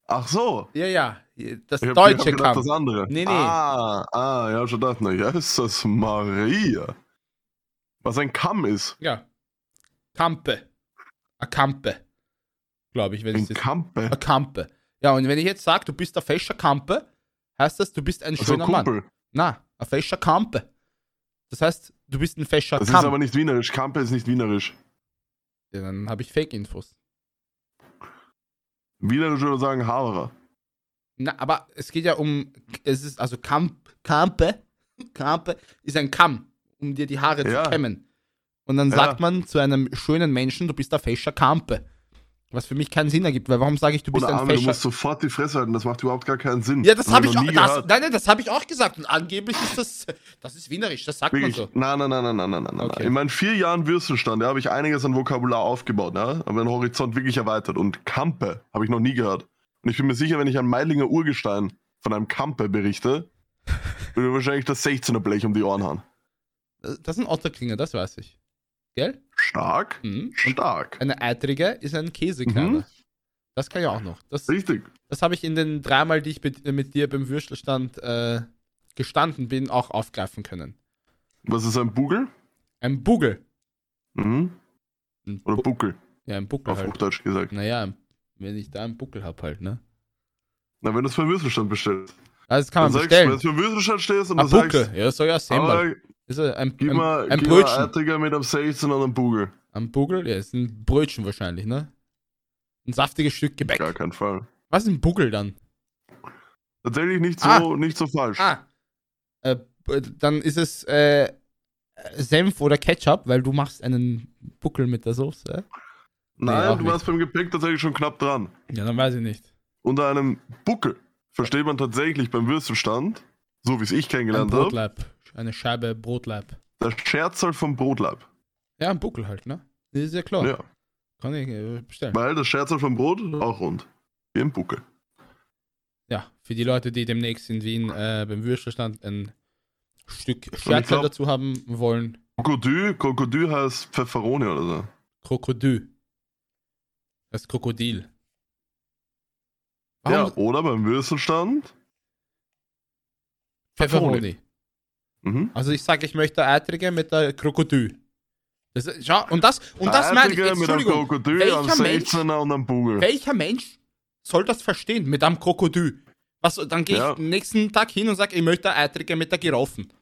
Speaker 2: Ach so.
Speaker 1: Ja, ja, das
Speaker 2: Ich hab- ich hab
Speaker 1: deutsche
Speaker 2: gedacht,
Speaker 1: Kamm.
Speaker 2: Das andere.
Speaker 1: Nee, nee.
Speaker 2: Ah, ah, ja, schon gedacht, na, Jesus Maria. Was ein Kamm ist.
Speaker 1: Ja. Kampe. A Kampe. Glaube ich, wenn
Speaker 2: Ein äh,
Speaker 1: es jetzt.
Speaker 2: Kampe.
Speaker 1: A Kampe. Ja, und wenn ich jetzt sage, du bist ein fescher Kampe, heißt das, du bist ein
Speaker 2: Also
Speaker 1: schöner Mann.
Speaker 2: Kumpel.
Speaker 1: Na, ein fescher Kampe. Das heißt, du bist ein fescher
Speaker 2: Das ist
Speaker 1: Kamp.
Speaker 2: aber nicht wienerisch. Kampe ist nicht wienerisch.
Speaker 1: ja, dann habe ich Fake-Infos.
Speaker 2: Wienerisch würde sagen Haverer.
Speaker 1: Na, aber es geht ja um. Es ist also Kamp, Kampe. *laughs* Kampe ist ein Kamm, um dir die Haare
Speaker 2: Ja.
Speaker 1: zu kämmen. Und dann
Speaker 2: Ja.
Speaker 1: sagt man zu einem schönen Menschen, du bist ein fescher Kampe. Was für mich keinen Sinn ergibt, weil warum sage ich, du bist
Speaker 2: Oder
Speaker 1: ein
Speaker 2: Armin, du
Speaker 1: fescher
Speaker 2: musst sofort die Fresse halten. Das macht überhaupt gar keinen Sinn.
Speaker 1: *laughs* Ja, das
Speaker 2: hab
Speaker 1: habe ich
Speaker 2: noch
Speaker 1: auch.
Speaker 2: nie
Speaker 1: Das,
Speaker 2: gehört.
Speaker 1: nein, nein, das habe ich auch gesagt. Und angeblich ist das. Das ist wienerisch, das sagt
Speaker 2: Wirklich?
Speaker 1: man so.
Speaker 2: Nein, nein, nein, nein, nein, nein, nein.
Speaker 1: Okay.
Speaker 2: nein. In meinen vier Jahren Würstelstand ja, habe ich einiges an Vokabular aufgebaut, ja, aber den Horizont wirklich erweitert. Und Kampe habe ich noch nie gehört. Und ich bin mir sicher, wenn ich einem Meidlinger Urgestein von einem
Speaker 1: *laughs*
Speaker 2: Kampe berichte, würde mir wahrscheinlich das 16er Blech um die Ohren hauen.
Speaker 1: Das sind Otterklinger, das weiß ich. Gell?
Speaker 2: Stark,
Speaker 1: Mhm. Und
Speaker 2: stark.
Speaker 1: eine eitrige ist ein Käsekörner.
Speaker 2: Mhm.
Speaker 1: Das kann ich auch noch. Das,
Speaker 2: Richtig.
Speaker 1: das habe ich in den dreimal, die ich mit, mit dir beim Würstelstand äh, gestanden bin, auch aufgreifen können.
Speaker 2: Was ist ein Bugel?
Speaker 1: Ein Bugel.
Speaker 2: Mhm.
Speaker 1: Ein
Speaker 2: Oder
Speaker 1: Bu-
Speaker 2: Buckel,
Speaker 1: ja, ein Buckel
Speaker 2: auf
Speaker 1: halt.
Speaker 2: Hochdeutsch gesagt.
Speaker 1: Naja, wenn ich da einen Buckel habe halt, ne?
Speaker 2: Na, wenn du es für einen Würstelstand bestellst.
Speaker 1: Also das kann man
Speaker 2: Dann sagst du, wenn
Speaker 1: bestellen.
Speaker 2: du für einen Würstelstand stehst und
Speaker 1: Ein
Speaker 2: du sagst,
Speaker 1: Buckel. Ja, das soll ja
Speaker 2: aber,
Speaker 1: Semmel. Das ist ein,
Speaker 2: gib
Speaker 1: ein,
Speaker 2: mal,
Speaker 1: ein
Speaker 2: gib mal
Speaker 1: Brötchen.
Speaker 2: Eitiger mit einem 16 und einem Bugel.
Speaker 1: Am Bugel? Ja, ist ein Brötchen wahrscheinlich, ne? Ein saftiges Stück Gebäck.
Speaker 2: Gar keinen Fall.
Speaker 1: Was ist ein Bugel dann?
Speaker 2: Tatsächlich nicht so,
Speaker 1: Ah.
Speaker 2: nicht so falsch.
Speaker 1: Ah! Äh, b- dann ist es äh, Senf oder Ketchup, weil du machst einen Buckel mit der Soße. nee,
Speaker 2: Nein,
Speaker 1: auch
Speaker 2: du warst beim Gepäck tatsächlich schon knapp dran.
Speaker 1: Ja, dann weiß ich nicht.
Speaker 2: Unter einem Buckel versteht man tatsächlich beim Würstelstand, Genau so wie es ich
Speaker 1: Ein
Speaker 2: kennengelernt habe,
Speaker 1: Brotleib. Eine Scheibe Brotleib.
Speaker 2: das Scherzel vom Brotleib.
Speaker 1: Ja, ein Buckel halt, ne? Das ist ja klar.
Speaker 2: Ja,
Speaker 1: Kann ich äh, bestellen.
Speaker 2: weil das Scherzel vom Brot auch rund. Wie ein Buckel.
Speaker 1: Ja, für die Leute, die demnächst in Wien äh, beim Würstelstand ein Stück
Speaker 2: glaub-
Speaker 1: Scherzel dazu haben wollen,
Speaker 2: Krokodil, Krokodil heißt Pfefferoni oder so.
Speaker 1: Krokodil. Das Krokodil.
Speaker 2: Ja, oder beim Würstelstand.
Speaker 1: Pfefferoni?
Speaker 2: Mhm.
Speaker 1: Also ich sage, ich möchte Eitrige mit der Krokodil. Das, ist- schau, und das, und das meine ich,
Speaker 2: Eitige
Speaker 1: jetzt,
Speaker 2: mit einem
Speaker 1: Entschuldigung,
Speaker 2: Krokodil,
Speaker 1: welcher
Speaker 2: einem
Speaker 1: Mensch-
Speaker 2: 16er und einem Bugel.
Speaker 1: welcher Mensch soll das verstehen mit einem Krokodil? Was, dann gehe
Speaker 2: Ja.
Speaker 1: ich nächsten Tag hin und sage, ich möchte Eitrige mit der Giraffen.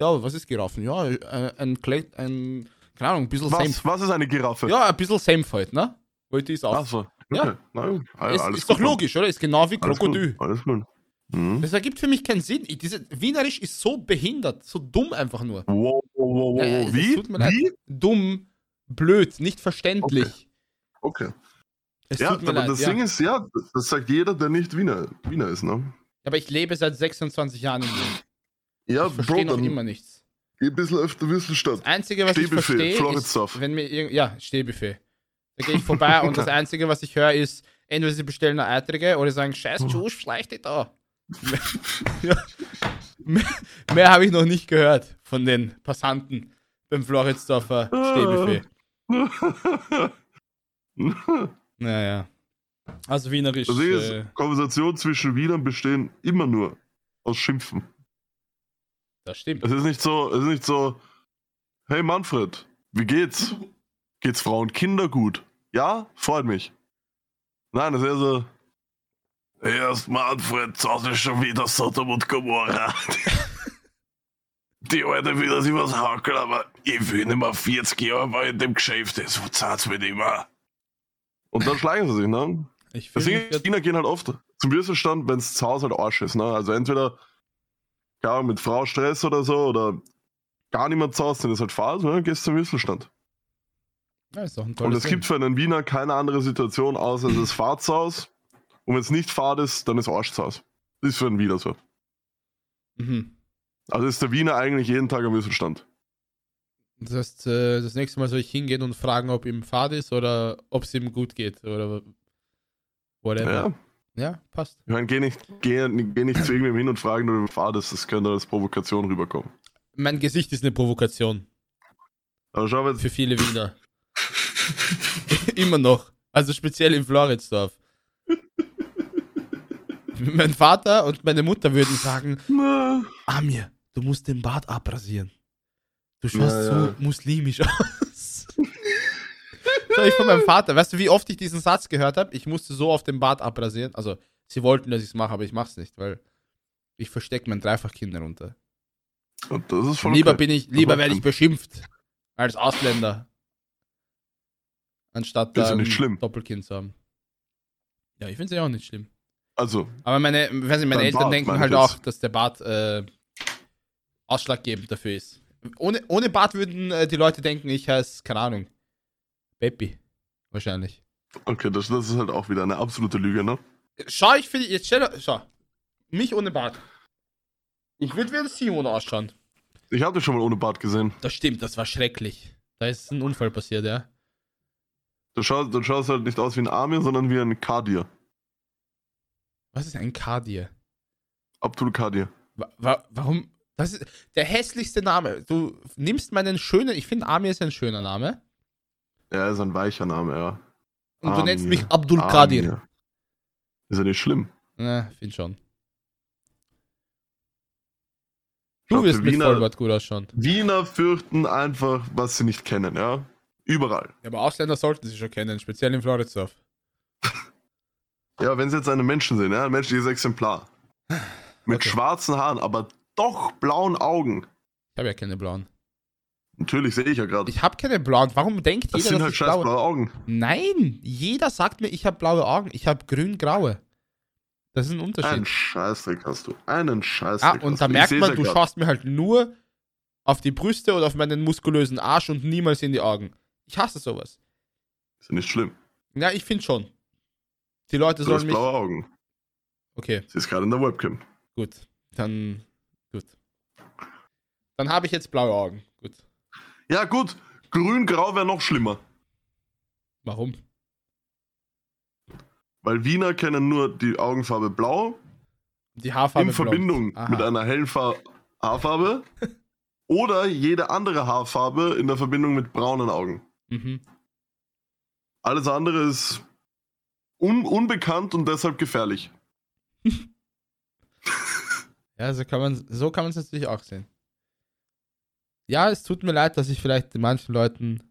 Speaker 1: Ja, was ist Giraffen? Ja, äh, ein, Kle ein keine Ahnung, ein bisschen Senf.
Speaker 2: Was, was ist eine Giraffe?
Speaker 1: Ja, ein bisschen Senf halt, ne? Wollte ich es auch.
Speaker 2: Achso.
Speaker 1: Ja.
Speaker 2: Okay. Nein, ah, ja,
Speaker 1: ist
Speaker 2: alles
Speaker 1: ist doch
Speaker 2: gut.
Speaker 1: logisch, oder? Ist genau wie
Speaker 2: Alles
Speaker 1: Krokodil.
Speaker 2: gut, Alles gut. Mhm.
Speaker 1: Das ergibt für mich keinen Sinn. Ich, diese, Wienerisch ist so behindert, so dumm einfach nur.
Speaker 2: Wow, wow, wow, wow.
Speaker 1: Ja, das
Speaker 2: Wie?
Speaker 1: tut mir leid.
Speaker 2: Wie?
Speaker 1: Dumm, blöd, nicht verständlich.
Speaker 2: Okay.
Speaker 1: Es
Speaker 2: ja,
Speaker 1: tut mir
Speaker 2: aber
Speaker 1: leid.
Speaker 2: das
Speaker 1: ja.
Speaker 2: Ding ist, ja, das sagt jeder, der nicht Wiener, Wiener ist, ne?
Speaker 1: aber ich lebe seit 26 Jahren in Wien.
Speaker 2: Ja,
Speaker 1: Ich verstehe noch immer nichts.
Speaker 2: geh ein bisschen öfter Wüstelstadt.
Speaker 1: Das
Speaker 2: *laughs*
Speaker 1: Einzige, was ich
Speaker 2: Stehbuffet,
Speaker 1: verstehe, ist,
Speaker 2: Floridsdorf.
Speaker 1: wenn mir irgend... Ja, Stehbuffet. Da gehe ich
Speaker 2: *laughs*
Speaker 1: vorbei und das Einzige, was ich höre, ist, entweder sie bestellen eine Eitrige oder sagen, scheiß
Speaker 2: Hm.
Speaker 1: Josh, schleich dich da. *laughs* ja. Mehr, mehr habe ich noch nicht gehört von den Passanten beim Floridsdorfer
Speaker 2: Ah.
Speaker 1: Stehbuffet.
Speaker 2: Also,
Speaker 1: Naja. Also Wienerisch.
Speaker 2: Das Ding
Speaker 1: äh,
Speaker 2: ist, Konversationen zwischen Wienern bestehen immer nur aus Schimpfen.
Speaker 1: das stimmt.
Speaker 2: Es ist nicht so, es ist nicht so, hey Manfred, wie geht's? Geht's Frauen und Kinder gut? Ja, freut mich. Nein, das ist eher so, hier ist Manfred, zu Hause ist schon wieder Sodom und Gomorra. Die alte will, dass ich was hackel, aber ich will nicht mehr 40 Jahre war in dem Geschäft, das zahlt's mir nicht mehr. Und dann schlagen sie sich, ne?
Speaker 1: Ich fühl
Speaker 2: Deswegen,
Speaker 1: mich grad-
Speaker 2: Wiener gehen halt oft zum Würstelstand, wenn es zu Hause halt Arsch ist. Ne? Also entweder keine Ahnung, mit Frau Stress oder so oder gar niemand zu Hause, dann ist halt Fahrt, ne? gehst zum Würstelstand.
Speaker 1: Ja, ist doch ein
Speaker 2: Und
Speaker 1: tolles
Speaker 2: es gibt
Speaker 1: Ding.
Speaker 2: für einen Wiener keine andere Situation, außer es ist Fahrt zu Hause. Und wenn es nicht Fahrt ist, dann ist Arsch zu Hause. Das ist für den Wiener so.
Speaker 1: Mhm.
Speaker 2: Also ist der Wiener eigentlich jeden Tag am Wissensstand.
Speaker 1: Das heißt, äh, das nächste Mal soll ich hingehen und fragen, ob ihm Fad ist oder ob es ihm gut geht oder whatever.
Speaker 2: Ja.
Speaker 1: Ja, passt.
Speaker 2: Ich meine, geh nicht, geh, geh nicht zu irgendwem hin und frag nur, wie fahr das, das könnte als Provokation rüberkommen.
Speaker 1: Mein Gesicht ist eine Provokation
Speaker 2: Aber schau jetzt.
Speaker 1: für viele Wiener. *laughs* Immer noch. Also speziell in Floridsdorf. *laughs* mein Vater und meine Mutter würden sagen,
Speaker 2: Na,
Speaker 1: Amir, du musst den Bart abrasieren. Du schaust
Speaker 2: Ja,
Speaker 1: so
Speaker 2: ja.
Speaker 1: muslimisch *laughs* aus. so, ich von meinem Vater. Weißt du, wie oft ich diesen Satz gehört habe? Ich musste so auf den Bart abrasieren. Also, sie wollten, dass ich es mache, aber ich mach's nicht, weil ich verstecke mein Dreifachkind darunter.
Speaker 2: Und das ist voll
Speaker 1: Lieber
Speaker 2: okay.
Speaker 1: bin ich, lieber
Speaker 2: macht
Speaker 1: werde ich
Speaker 2: man.
Speaker 1: beschimpft als Ausländer. Anstatt
Speaker 2: Ist ja
Speaker 1: da
Speaker 2: nicht
Speaker 1: ein
Speaker 2: schlimm.
Speaker 1: Doppelkind zu haben. Ja, ich finde es ja auch nicht schlimm.
Speaker 2: Also,
Speaker 1: Aber meine, weiß nicht, meine
Speaker 2: Beim
Speaker 1: Eltern
Speaker 2: Bart,
Speaker 1: denken
Speaker 2: meine
Speaker 1: halt
Speaker 2: ich
Speaker 1: auch,
Speaker 2: jetzt.
Speaker 1: dass der Bart äh, ausschlaggebend dafür ist. Ohne, ohne Bart würden äh, die Leute denken, ich heiße, keine Ahnung, Peppi. Wahrscheinlich.
Speaker 2: okay, das, das ist halt auch wieder eine absolute Lüge, ne?
Speaker 1: Schau, ich finde, jetzt stell dir- schau, mich ohne Bart. Ich würde wie ein Simon ausschauen.
Speaker 2: Ich habe dich schon mal ohne Bart gesehen.
Speaker 1: Das stimmt, das war schrecklich. Da ist ein Unfall passiert, ja.
Speaker 2: Du schaust, du schaust halt nicht aus wie ein Amir, sondern wie ein Kadir.
Speaker 1: Was ist ein Kadir?
Speaker 2: Abdul Kadir.
Speaker 1: Wa wa warum? Das ist der hässlichste Name. Du nimmst meinen schönen, ich finde Amir ist ein schöner Name.
Speaker 2: Er ist ein weicher Name, ja.
Speaker 1: Und du nennst
Speaker 2: Amir.
Speaker 1: mich Abdul Kadir.
Speaker 2: Amir. Ist ja nicht schlimm.
Speaker 1: Na, Ne, find schon. Du
Speaker 2: Schaut,
Speaker 1: wirst
Speaker 2: die
Speaker 1: mit
Speaker 2: Wiener-
Speaker 1: Vollbart gut ausschauen.
Speaker 2: Wiener fürchten einfach, was sie nicht kennen, ja. Überall.
Speaker 1: Ja, aber Ausländer sollten sie schon kennen, speziell in Floridsdorf.
Speaker 2: Ja, wenn sie jetzt einen Menschen sehen, ja, ein menschliches Exemplar. Mit
Speaker 1: Okay.
Speaker 2: schwarzen Haaren, aber doch blauen Augen.
Speaker 1: Ich habe ja keine blauen.
Speaker 2: Natürlich sehe ich ja gerade.
Speaker 1: Ich habe keine blauen. Warum denkt
Speaker 2: Das
Speaker 1: jeder,
Speaker 2: sind
Speaker 1: dass
Speaker 2: halt
Speaker 1: ich
Speaker 2: scheiß
Speaker 1: blaue...
Speaker 2: blaue Augen.
Speaker 1: Nein, jeder sagt mir, ich habe blaue Augen. Ich habe grün-graue. Das ist ein
Speaker 2: Einen
Speaker 1: Unterschied.
Speaker 2: Scheißdreck hast du. Einen Scheißdreck
Speaker 1: Ah,
Speaker 2: hast
Speaker 1: und da
Speaker 2: du. Ich
Speaker 1: merkt
Speaker 2: seh's
Speaker 1: man,
Speaker 2: ja
Speaker 1: du
Speaker 2: grad.
Speaker 1: schaust mir halt nur auf die Brüste oder auf meinen muskulösen Arsch und niemals in die Augen. Ich hasse sowas.
Speaker 2: Ist ja nicht schlimm.
Speaker 1: Ja, ich finde schon. Die Leute
Speaker 2: Du hast
Speaker 1: sollen mich...
Speaker 2: blaue Augen.
Speaker 1: Okay.
Speaker 2: Sie ist gerade in der Webcam.
Speaker 1: Gut, dann gut. Dann habe ich jetzt blaue Augen. Gut.
Speaker 2: Ja, gut. Grün-grau wäre noch schlimmer.
Speaker 1: Warum?
Speaker 2: Weil Wiener kennen nur die Augenfarbe blau
Speaker 1: Die Haarfarbe
Speaker 2: in
Speaker 1: blond.
Speaker 2: Verbindung
Speaker 1: Aha.
Speaker 2: mit einer hellen Fa Haarfarbe oder jede andere Haarfarbe in der Verbindung mit braunen Augen.
Speaker 1: Mhm.
Speaker 2: Alles andere ist un unbekannt und deshalb gefährlich.
Speaker 1: Ja, so kann man so kann man es natürlich auch sehen. Ja, es tut mir leid, dass ich vielleicht manchen Leuten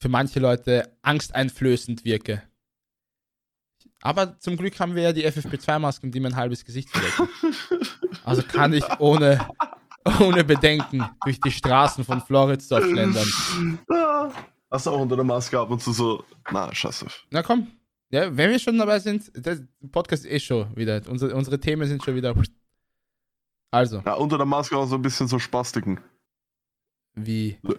Speaker 1: für manche Leute angsteinflößend wirke. Aber zum Glück haben wir ja die FFP2-Masken, um die mein halbes Gesicht verdecken. Also kann ich ohne, ohne Bedenken durch die Straßen von
Speaker 2: *laughs*
Speaker 1: Floridsdorf schlendern.
Speaker 2: Ah, Hast du auch unter der Maske ab und zu so, na, scheiße.
Speaker 1: Na komm. Ja, wenn wir schon dabei sind, der Podcast ist eh schon wieder. Unsere, unsere Themen sind schon wieder. Also,
Speaker 2: Ja, unter der Maske auch so ein bisschen so Spastiken.
Speaker 1: wie. *laughs*
Speaker 2: So,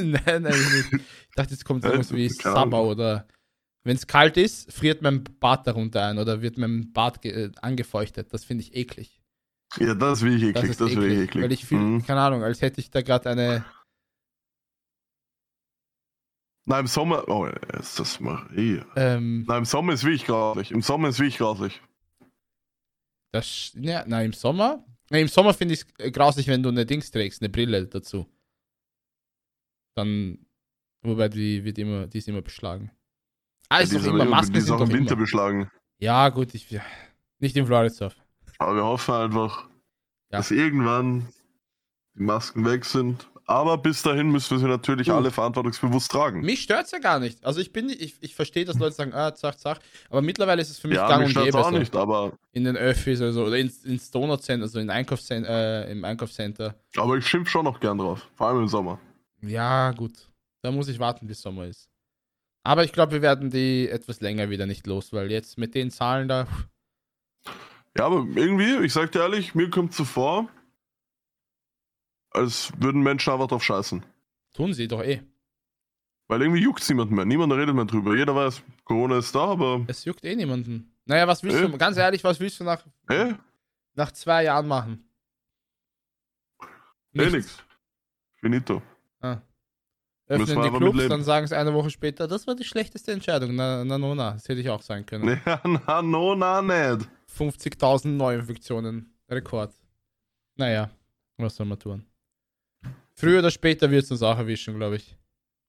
Speaker 2: Äh,
Speaker 1: nein, nein, ich, nicht. ich dachte, jetzt kommt irgendwas wie
Speaker 2: Keine Ahnung.
Speaker 1: Sabber oder. Wenn es kalt ist, friert mein Bart darunter ein oder wird mein Bart ge- äh, angefeuchtet. Das finde ich eklig.
Speaker 2: ja, das will ich eklig, das, will ich eklig.
Speaker 1: Weil ich fühle,
Speaker 2: Mhm.
Speaker 1: keine Ahnung, als hätte ich da gerade eine.
Speaker 2: Nein, im Sommer, oh, ist das Maria.
Speaker 1: Ähm,
Speaker 2: Nein, im Sommer ist wirklich grauslich. Im Sommer ist wirklich grauslich.
Speaker 1: das, sch- ja, nein, im Sommer. Nein, Im Sommer finde ich es grausig, wenn du eine Dings trägst, eine Brille dazu. Dann. Wobei die wird immer, die ist immer beschlagen. Ah, ist
Speaker 2: die
Speaker 1: doch
Speaker 2: sind
Speaker 1: immer
Speaker 2: aber
Speaker 1: Masken
Speaker 2: die
Speaker 1: sind
Speaker 2: sind auch
Speaker 1: doch
Speaker 2: im Winter
Speaker 1: immer.
Speaker 2: beschlagen.
Speaker 1: Ja, gut, ich. Ja. Nicht im Floridsdorf.
Speaker 2: Aber wir hoffen einfach,
Speaker 1: Ja.
Speaker 2: dass irgendwann die Masken weg sind. Aber bis dahin müssen wir sie natürlich
Speaker 1: Du.
Speaker 2: alle verantwortungsbewusst tragen.
Speaker 1: Mich stört's ja gar nicht. Also ich bin, ich, ich verstehe, dass Leute sagen, ah, zack, zack. Aber mittlerweile ist es für mich
Speaker 2: Ja,
Speaker 1: gang
Speaker 2: mich
Speaker 1: und
Speaker 2: stört's
Speaker 1: gäbe.
Speaker 2: auch
Speaker 1: so.
Speaker 2: nicht, aber,
Speaker 1: In den Öffis oder so. Oder ins, ins Donutcenter, also in Einkaufscen äh, im Einkaufscenter.
Speaker 2: aber ich schimpf schon noch gern drauf. Vor allem im Sommer.
Speaker 1: Ja, gut. Da muss ich warten, bis Sommer ist. Aber ich glaube, wir werden die etwas länger wieder nicht los, weil jetzt mit den Zahlen da.
Speaker 2: Ja, aber irgendwie, ich sag dir ehrlich, mir kommt so vor, als würden Menschen einfach drauf scheißen.
Speaker 1: Tun sie doch eh.
Speaker 2: Weil irgendwie juckt's niemand mehr. Niemand redet mehr drüber. Jeder weiß, Corona ist da, aber
Speaker 1: Es juckt eh niemanden. Naja, was willst
Speaker 2: Äh?
Speaker 1: du, ganz ehrlich, was willst du nach,
Speaker 2: Hä?
Speaker 1: nach zwei Jahren machen? Nichts.
Speaker 2: Hey, Eh, nix. Finito.
Speaker 1: Ah.
Speaker 2: Müssen
Speaker 1: Öffnen
Speaker 2: wir
Speaker 1: die
Speaker 2: aber
Speaker 1: Clubs,
Speaker 2: mitleben.
Speaker 1: dann sagen es eine Woche später, das war die schlechteste Entscheidung. Na, na, na, na. das hätte ich auch sein können.
Speaker 2: Ja, *laughs* na, no, na, nicht.
Speaker 1: 50.000 Neuinfektionen, Rekord. Naja, was soll man tun? Früher oder später wird es uns auch erwischen, glaube ich.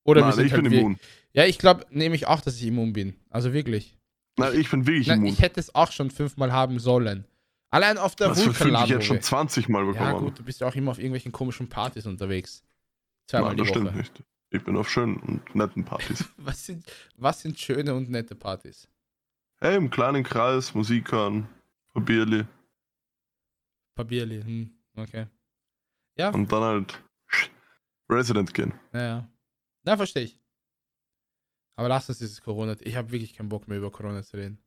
Speaker 1: Oder wir
Speaker 2: Nein,
Speaker 1: sind
Speaker 2: ich
Speaker 1: halt
Speaker 2: bin
Speaker 1: wir-
Speaker 2: immun.
Speaker 1: Ja, ich glaube nämlich auch, dass ich immun bin. Also wirklich.
Speaker 2: Nein, ich bin wirklich
Speaker 1: Na,
Speaker 2: immun.
Speaker 1: ich hätte es auch schon fünfmal haben sollen. Allein auf der
Speaker 2: Das verfüge ich
Speaker 1: Vulkanladung.
Speaker 2: jetzt schon 20 Mal bekommen.
Speaker 1: Ja
Speaker 2: habe.
Speaker 1: gut, du bist ja auch immer auf irgendwelchen komischen Partys unterwegs. Zweimal
Speaker 2: Nein, das
Speaker 1: die
Speaker 2: stimmt
Speaker 1: Woche.
Speaker 2: nicht. Ich bin auf schönen und netten
Speaker 1: *laughs*
Speaker 2: Partys.
Speaker 1: Was sind, was sind schöne und nette Partys?
Speaker 2: hey, im kleinen Kreis, Musik hören, ein Bierli
Speaker 1: Papierli, hm, okay. Ja,
Speaker 2: und dann halt Resident gehen.
Speaker 1: naja. Na, verstehe ich. Aber lass uns dieses Corona. Ich habe wirklich keinen Bock mehr über Corona zu reden.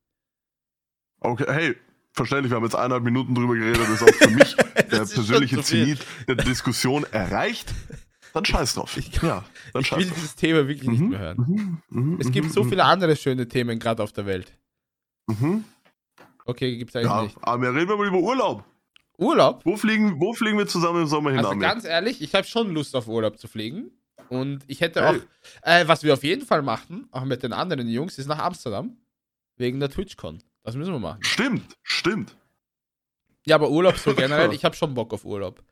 Speaker 2: Okay, hey, verständlich, wir haben jetzt eineinhalb Minuten drüber geredet, das ist
Speaker 1: *laughs*
Speaker 2: auch für mich der
Speaker 1: ist schon
Speaker 2: persönliche
Speaker 1: zu viel.
Speaker 2: Zenit der Diskussion erreicht. Dann scheiß drauf.
Speaker 1: Ich kann-
Speaker 2: ja, dann
Speaker 1: Ich will
Speaker 2: scheiß drauf.
Speaker 1: dieses Thema wirklich nicht
Speaker 2: Mhm,
Speaker 1: mehr hören.
Speaker 2: mhm, mhm,
Speaker 1: Es
Speaker 2: mhm,
Speaker 1: gibt so
Speaker 2: mhm,
Speaker 1: viele andere schöne Themen gerade auf der Welt.
Speaker 2: Mhm.
Speaker 1: Okay, gibt's eigentlich
Speaker 2: Ja,
Speaker 1: nicht.
Speaker 2: aber wir reden wir mal über Urlaub.
Speaker 1: Urlaub?
Speaker 2: Wo fliegen, wo fliegen wir zusammen im Sommer hin?
Speaker 1: Also
Speaker 2: Amir?
Speaker 1: ganz ehrlich, ich habe schon Lust auf Urlaub zu fliegen. Und ich hätte auch,
Speaker 2: Geil.
Speaker 1: äh, was wir auf jeden Fall machen, auch mit den anderen Jungs, ist nach Amsterdam. Wegen der TwitchCon. Das müssen wir machen.
Speaker 2: stimmt, stimmt.
Speaker 1: Ja, aber Urlaub so generell, ich habe schon Bock auf Urlaub.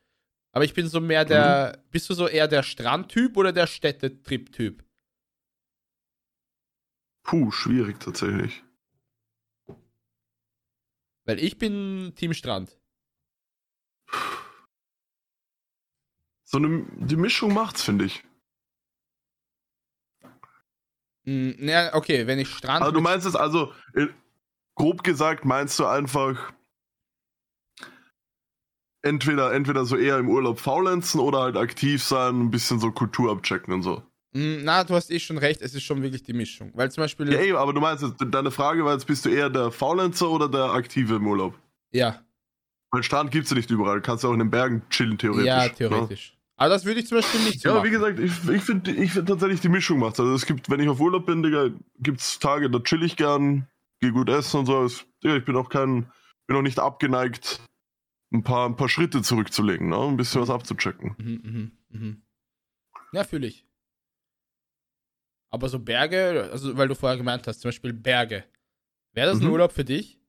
Speaker 1: Aber ich bin so mehr der, bist du so eher der Strandtyp oder der Städtetrip-Typ?
Speaker 2: Puh, schwierig tatsächlich.
Speaker 1: Weil ich bin Team Strand.
Speaker 2: So eine, die Mischung macht's, finde ich.
Speaker 1: Hm, na, okay, wenn ich Strand.
Speaker 2: Also du
Speaker 1: mit-
Speaker 2: meinst es also, äh, grob gesagt, meinst du einfach entweder, entweder so eher im Urlaub faulenzen oder halt aktiv sein, ein bisschen so Kultur abchecken und so.
Speaker 1: Hm, na, du hast eh schon recht, es ist schon wirklich die Mischung. Weil zum Beispiel.
Speaker 2: Ja, eben, aber du meinst jetzt, deine Frage war jetzt, bist du eher der Faulenzer oder der Aktive im Urlaub?
Speaker 1: ja.
Speaker 2: Weil Strand gibt's ja nicht überall, kannst du auch in den Bergen chillen, theoretisch.
Speaker 1: Ja,
Speaker 2: ne?
Speaker 1: theoretisch. Aber das würde ich zum Beispiel nicht so
Speaker 2: Ja, aber
Speaker 1: machen.
Speaker 2: wie gesagt, ich, ich finde ich find tatsächlich die Mischung macht. Also es gibt, wenn ich auf Urlaub bin, Digga, gibt's Tage, da chill ich gern, gehe gut essen und so. Es, Digga, ich bin auch kein, bin auch nicht abgeneigt, ein paar, ein paar Schritte zurückzulegen, ne? Ein bisschen was abzuchecken.
Speaker 1: Mhm, mhm, mhm. Ja, fühle ich. Aber so Berge, also weil du vorher gemeint hast, zum Beispiel Berge. Wäre das ein
Speaker 2: Mhm.
Speaker 1: Urlaub für dich?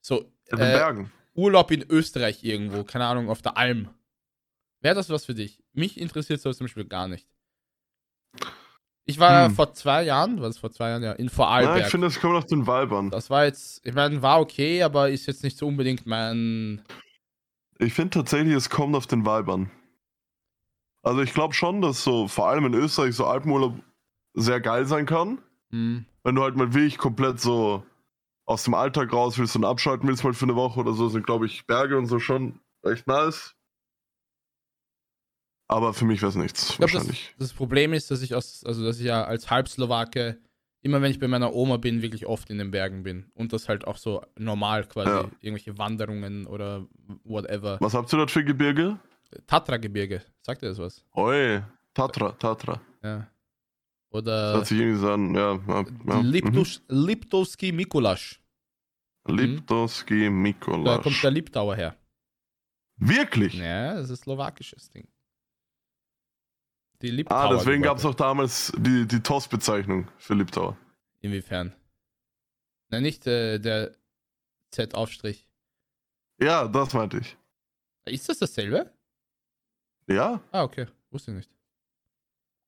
Speaker 1: So
Speaker 2: In den
Speaker 1: äh,
Speaker 2: Bergen.
Speaker 1: Urlaub in Österreich irgendwo, keine Ahnung, auf der Alm. Wäre das was für dich? Mich interessiert sowas zum Beispiel gar nicht. Ich war
Speaker 2: Hm.
Speaker 1: vor zwei Jahren, war das vor zwei Jahren, ja, in
Speaker 2: Ja, ich
Speaker 1: Vorarlberg.
Speaker 2: finde, das kommt auf den Vibe an.
Speaker 1: das war jetzt, ich meine, war okay, aber ist jetzt nicht so unbedingt mein.
Speaker 2: Ich finde tatsächlich, es kommt auf den Vibe an. Also ich glaube schon, dass so, vor allem in Österreich, so Alpenurlaub sehr geil sein kann.
Speaker 1: Hm.
Speaker 2: wenn du halt mal wirklich komplett so aus dem Alltag raus willst und abschalten willst mal für eine Woche oder so, sind glaube ich Berge und so schon echt nice. Aber für mich wäre es nichts,
Speaker 1: Ich glaub,
Speaker 2: wahrscheinlich.
Speaker 1: Das, das Problem ist, dass ich aus, also dass ich ja als Halbslowake immer wenn ich bei meiner Oma bin, wirklich oft in den Bergen bin. Und das halt auch so normal quasi.
Speaker 2: Ja.
Speaker 1: Irgendwelche Wanderungen oder whatever.
Speaker 2: Was habt ihr dort für Gebirge?
Speaker 1: Tatra-Gebirge, sagt ihr das was?
Speaker 2: Oi, Tatra, Tatra.
Speaker 1: Ja.
Speaker 2: Das
Speaker 1: Oder
Speaker 2: hört sich irgendwie so an, ja. ja, Mhm. ja.
Speaker 1: Äh, Liptus, Liptowski Mikulasch.
Speaker 2: Mhm. Liptoski
Speaker 1: Da kommt
Speaker 2: Mikolasch.
Speaker 1: der Liptauer her.
Speaker 2: Wirklich?
Speaker 1: Ja, das ist slowakisches Ding. Die Liptauer.
Speaker 2: Ah,
Speaker 1: Gebirge.
Speaker 2: deswegen gab es auch damals die, die TOS-Bezeichnung für Liptauer.
Speaker 1: Inwiefern? Nein, nicht äh, der Z-Aufstrich.
Speaker 2: Ja, das meinte ich.
Speaker 1: Ist das dasselbe?
Speaker 2: Ja,
Speaker 1: Ah, okay. Wusste ich nicht.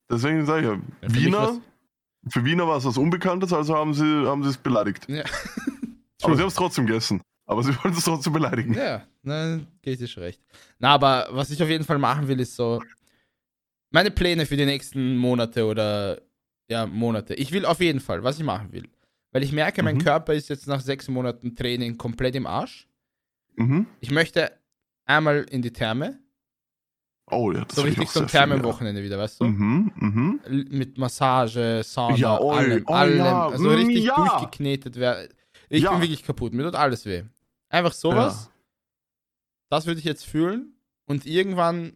Speaker 2: deswegen sage ich ja,
Speaker 1: für mich
Speaker 2: Wiener,
Speaker 1: war's-
Speaker 2: für Wiener war es was Unbekanntes, also haben sie, haben sie es beleidigt.
Speaker 1: Ja.
Speaker 2: Aber sie haben es trotzdem gegessen. Aber sie *laughs* wollten es trotzdem beleidigen.
Speaker 1: ja, nein, geht dir schon recht. Na, aber was ich auf jeden Fall machen will, ist so meine Pläne für die nächsten Monate oder ja, Monate. Ich will auf jeden Fall, was ich machen will. Weil ich merke, mein
Speaker 2: Mhm.
Speaker 1: Körper ist jetzt nach sechs Monaten Training komplett im Arsch.
Speaker 2: Mhm.
Speaker 1: Ich möchte einmal in die Therme.
Speaker 2: Oh ja, das
Speaker 1: so
Speaker 2: will ich
Speaker 1: richtig
Speaker 2: auch
Speaker 1: so ein
Speaker 2: sehr viel,
Speaker 1: Thermenwochenende wieder, weißt du?
Speaker 2: Ja. Mhm, mhm.
Speaker 1: L- mit Massage, Sauna,
Speaker 2: Ja, oi,
Speaker 1: allem,
Speaker 2: oi,
Speaker 1: allem.
Speaker 2: ja,
Speaker 1: Also
Speaker 2: mm,
Speaker 1: richtig
Speaker 2: ja.
Speaker 1: durchgeknetet werden. Ich
Speaker 2: Ja.
Speaker 1: bin wirklich kaputt, mir tut alles weh. Einfach sowas, das würde ich jetzt fühlen und irgendwann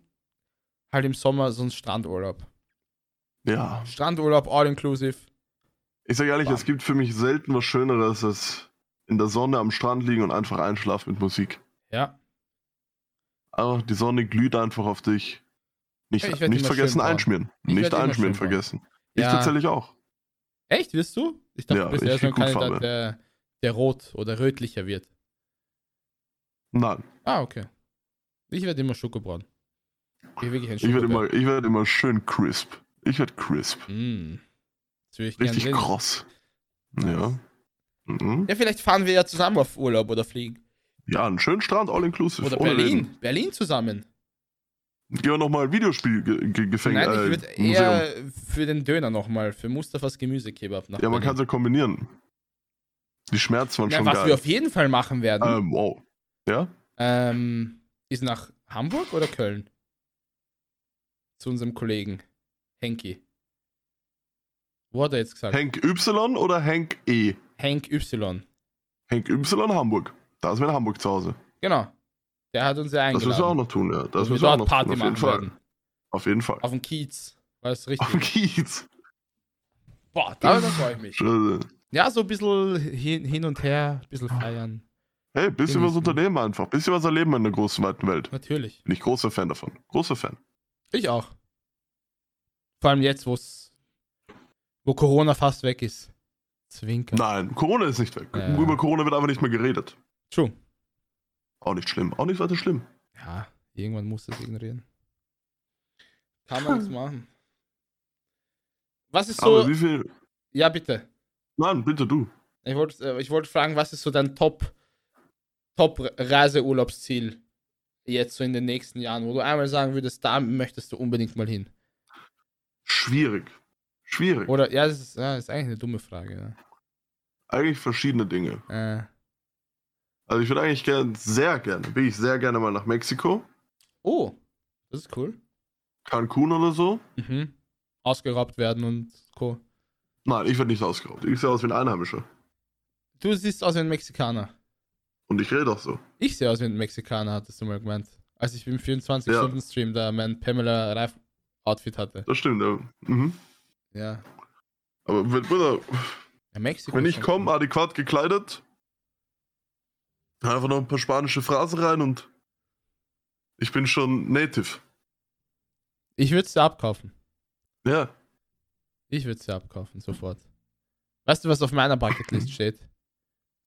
Speaker 1: halt im Sommer so ein Strandurlaub.
Speaker 2: Ja.
Speaker 1: Strandurlaub all inclusive.
Speaker 2: Ich sage ehrlich,
Speaker 1: Bam.
Speaker 2: es gibt für mich selten was Schöneres als in der Sonne am Strand liegen und einfach einschlafen mit Musik.
Speaker 1: Ja.
Speaker 2: Aber die Sonne glüht einfach auf dich. Nicht,
Speaker 1: Ja, ich werd
Speaker 2: nicht
Speaker 1: immer
Speaker 2: vergessen
Speaker 1: schön braun.
Speaker 2: einschmieren.
Speaker 1: Ich werd
Speaker 2: nicht
Speaker 1: immer
Speaker 2: einschmieren
Speaker 1: schön braun.
Speaker 2: vergessen. Ich
Speaker 1: Ja.
Speaker 2: tatsächlich auch.
Speaker 1: Echt, wirst du? Ich dachte,
Speaker 2: Ja,
Speaker 1: du bist
Speaker 2: ich
Speaker 1: eher so ein
Speaker 2: krieg gut
Speaker 1: Kandidat,
Speaker 2: Farbe.
Speaker 1: der, der rot oder rötlicher wird.
Speaker 2: Nein,
Speaker 1: Ah, okay. Ich werde immer schokobraun. Ich bin wirklich ein
Speaker 2: ich werde
Speaker 1: Schokobär.
Speaker 2: immer, ich werd immer schön crisp. Ich werde crisp.
Speaker 1: Mm. Das würde ich gerne
Speaker 2: Richtig
Speaker 1: sehen.
Speaker 2: kross.
Speaker 1: Nice.
Speaker 2: Ja. Mhm.
Speaker 1: Ja, vielleicht fahren wir ja zusammen auf Urlaub oder fliegen.
Speaker 2: Ja, einen schönen Strand, all inclusive.
Speaker 1: Oder
Speaker 2: ohne
Speaker 1: Berlin.
Speaker 2: Reden.
Speaker 1: Berlin zusammen.
Speaker 2: Gehen wir nochmal Videospielgefängnis.
Speaker 1: Nein, ich
Speaker 2: Äh,
Speaker 1: würde
Speaker 2: Museum.
Speaker 1: eher für den Döner nochmal, für Mustafas Gemüsekebab nach
Speaker 2: Ja, man
Speaker 1: Berlin.
Speaker 2: kann es ja kombinieren. Die Schmerzen waren
Speaker 1: ja,
Speaker 2: schon
Speaker 1: Was wir
Speaker 2: geil.
Speaker 1: auf jeden Fall machen werden,
Speaker 2: Ähm, wow. Ja?
Speaker 1: ähm, ist nach Hamburg oder Köln? Zu unserem Kollegen Henki. Wo hat er jetzt gesagt?
Speaker 2: Hank Y oder Hank E?
Speaker 1: Henk Y.
Speaker 2: Hank Y Hamburg. Da ist mein Hamburg zu Hause.
Speaker 1: Genau. Der hat uns ja
Speaker 2: Das
Speaker 1: eingeladen.
Speaker 2: müssen wir auch noch tun, ja. Das
Speaker 1: Dass wir
Speaker 2: müssen wir auch
Speaker 1: dort
Speaker 2: noch
Speaker 1: Party
Speaker 2: tun. Auf jeden
Speaker 1: machen
Speaker 2: Fall.
Speaker 1: werden.
Speaker 2: Auf jeden Fall.
Speaker 1: Auf dem Kiez. War das
Speaker 2: Auf dem
Speaker 1: richtig?
Speaker 2: Kiez.
Speaker 1: Boah, da da freue ich mich.
Speaker 2: Schön.
Speaker 1: Ja, so ein bisschen hin, hin und her, ein bisschen feiern.
Speaker 2: Hey, bisschen
Speaker 1: Bin
Speaker 2: was
Speaker 1: ich-
Speaker 2: unternehmen einfach. Bisschen was erleben in der großen, weiten Welt.
Speaker 1: Natürlich.
Speaker 2: Bin ich großer Fan davon. Großer Fan.
Speaker 1: Ich auch. Vor allem jetzt, wo's, wo Corona fast weg ist. Zwinkern.
Speaker 2: Nein, Corona ist nicht weg.
Speaker 1: Ja.
Speaker 2: Über Corona wird einfach nicht mehr geredet.
Speaker 1: True.
Speaker 2: Auch nicht schlimm. Auch nicht weiter schlimm.
Speaker 1: Ja, irgendwann muss das ignorieren. Kann man nichts machen. Was ist
Speaker 2: Aber
Speaker 1: so.
Speaker 2: wie viel.
Speaker 1: Ja, bitte.
Speaker 2: Nein, bitte du.
Speaker 1: Ich wollte äh, ich wollte fragen, was ist so dein Top, Top Reiseurlaubsziel jetzt so in den nächsten Jahren, wo du einmal sagen würdest, da möchtest du unbedingt mal hin?
Speaker 2: Schwierig. Schwierig.
Speaker 1: Oder ja, das ist, ja, das ist eigentlich eine dumme Frage.
Speaker 2: Eigentlich verschiedene Dinge.
Speaker 1: Ne? Äh,
Speaker 2: Also ich würde eigentlich gerne, sehr gerne, wirklich sehr gerne mal nach Mexiko,
Speaker 1: oh, das ist cool.
Speaker 2: Cancun oder so.
Speaker 1: Mhm. Ausgeraubt werden und Co.
Speaker 2: Nein, ich werde nicht ausgeraubt. Ich sehe aus wie ein Einheimischer.
Speaker 1: Du siehst aus wie ein Mexikaner.
Speaker 2: Und ich rede auch so.
Speaker 1: Ich sehe aus wie ein Mexikaner, hattest du mal gemeint. Als ich im 24-Stunden-Stream da mein Pamela Reif-Outfit hatte.
Speaker 2: Das stimmt, ja. Mhm.
Speaker 1: Ja.
Speaker 2: Aber wenn, Bruder,
Speaker 1: ja Mexiko
Speaker 2: wenn
Speaker 1: ist
Speaker 2: ich ah.
Speaker 1: schon
Speaker 2: komme,
Speaker 1: cool.
Speaker 2: adäquat gekleidet, einfach noch ein paar spanische Phrasen rein und ich bin schon native.
Speaker 1: Ich würde es dir abkaufen.
Speaker 2: Ja,
Speaker 1: Ich würde es ja abkaufen, sofort. Weißt du, was auf meiner
Speaker 2: *clears throat*
Speaker 1: Bucketlist steht?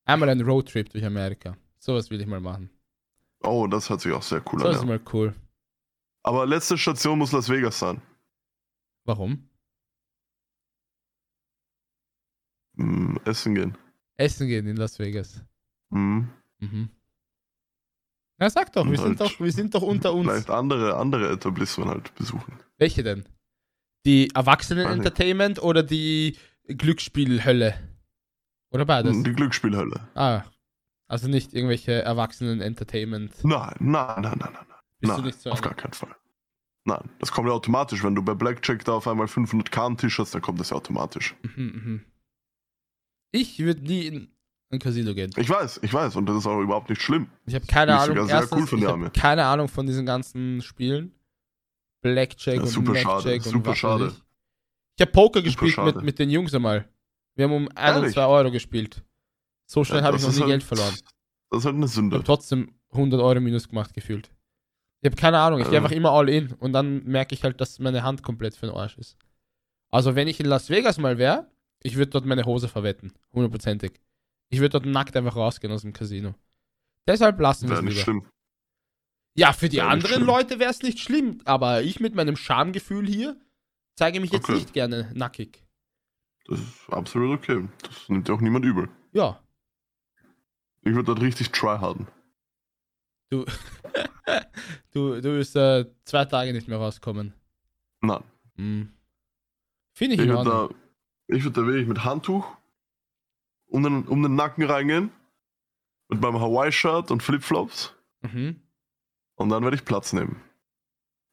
Speaker 1: Einmal ein Roadtrip durch Amerika. Sowas will ich mal machen.
Speaker 2: oh, das hört sich auch sehr cool
Speaker 1: Sowas ist
Speaker 2: an. Ja.
Speaker 1: mal cool.
Speaker 2: Aber letzte Station muss Las Vegas sein.
Speaker 1: Warum?
Speaker 2: Hm, essen gehen.
Speaker 1: Essen gehen in Las Vegas.
Speaker 2: Hm.
Speaker 1: Mhm. Na, sag doch, wir
Speaker 2: Und
Speaker 1: sind
Speaker 2: halt
Speaker 1: doch, wir sind doch unter uns.
Speaker 2: Vielleicht andere, andere Etablissements halt besuchen.
Speaker 1: Welche denn? Die
Speaker 2: Weiß nicht.
Speaker 1: Erwachsenen-Entertainment oder die Glücksspielhölle? Oder beides?
Speaker 2: Hm, Die Glücksspielhölle.
Speaker 1: Ah, also nicht irgendwelche Erwachsenen-Entertainment.
Speaker 2: Nein, nein, nein, nein, nein.
Speaker 1: Bist
Speaker 2: Nein,
Speaker 1: du nicht so
Speaker 2: auf
Speaker 1: einer?
Speaker 2: gar keinen Fall. Nein, das kommt ja automatisch. Wenn du bei Blackjack da auf einmal 500 K am Tisch hast, dann kommt das ja automatisch.
Speaker 1: Mhm, mhm. Ich würde nie in ein Casino gehen.
Speaker 2: Ich weiß, ich weiß. Und das ist auch überhaupt nicht schlimm.
Speaker 1: Ich habe keine
Speaker 2: Nicht
Speaker 1: Ahnung.
Speaker 2: sogar sehr
Speaker 1: Erstens,
Speaker 2: cool von
Speaker 1: ich
Speaker 2: der
Speaker 1: habe
Speaker 2: Armee.
Speaker 1: keine Ahnung von diesen ganzen Spielen. Blackjack
Speaker 2: Ja,
Speaker 1: und
Speaker 2: super
Speaker 1: Blackjack
Speaker 2: schade,
Speaker 1: und
Speaker 2: super
Speaker 1: was weiß
Speaker 2: schade.
Speaker 1: Ich, ich habe Poker gespielt mit,
Speaker 2: schade.
Speaker 1: mit den Jungs einmal. Wir haben um 1 oder
Speaker 2: Ehrlich?
Speaker 1: 2 Euro gespielt. So schnell
Speaker 2: Ja,
Speaker 1: habe ich
Speaker 2: das
Speaker 1: noch
Speaker 2: ist
Speaker 1: nie
Speaker 2: halt-
Speaker 1: Geld verloren.
Speaker 2: Das ist halt eine
Speaker 1: Ich habe
Speaker 2: Sünde.
Speaker 1: trotzdem 100 Euro minus gemacht gefühlt. Ich habe keine Ahnung. Ich gehe
Speaker 2: Ja.
Speaker 1: einfach immer all in und dann merke ich halt, dass meine Hand komplett für den Arsch ist. Also wenn ich in Las Vegas mal wäre, ich würde dort meine Hose verwetten. Hundertprozentig. Ich würde dort nackt einfach rausgehen aus dem Casino. Deshalb lassen wir
Speaker 2: Wäre
Speaker 1: es
Speaker 2: nicht
Speaker 1: lieber.
Speaker 2: schlimm.
Speaker 1: Ja, für die
Speaker 2: Wäre nicht
Speaker 1: anderen
Speaker 2: schlimm.
Speaker 1: Leute wäre es nicht schlimm, aber ich mit meinem Schamgefühl hier zeige mich jetzt
Speaker 2: Okay.
Speaker 1: nicht gerne nackig.
Speaker 2: Das ist absolut okay. Das nimmt ja auch niemand übel.
Speaker 1: Ja,
Speaker 2: Ich würde dort richtig tryharden.
Speaker 1: du, du, du wirst äh, zwei Tage nicht mehr rauskommen.
Speaker 2: Nein.
Speaker 1: Hm. Finde ich,
Speaker 2: Ich
Speaker 1: in
Speaker 2: würde
Speaker 1: Ordnung.
Speaker 2: da, ich würd da wirklich mit Handtuch um den, um den Nacken reingehen. Mit meinem Hawaii-Shirt und Flipflops.
Speaker 1: Mhm.
Speaker 2: Und dann werde ich Platz nehmen.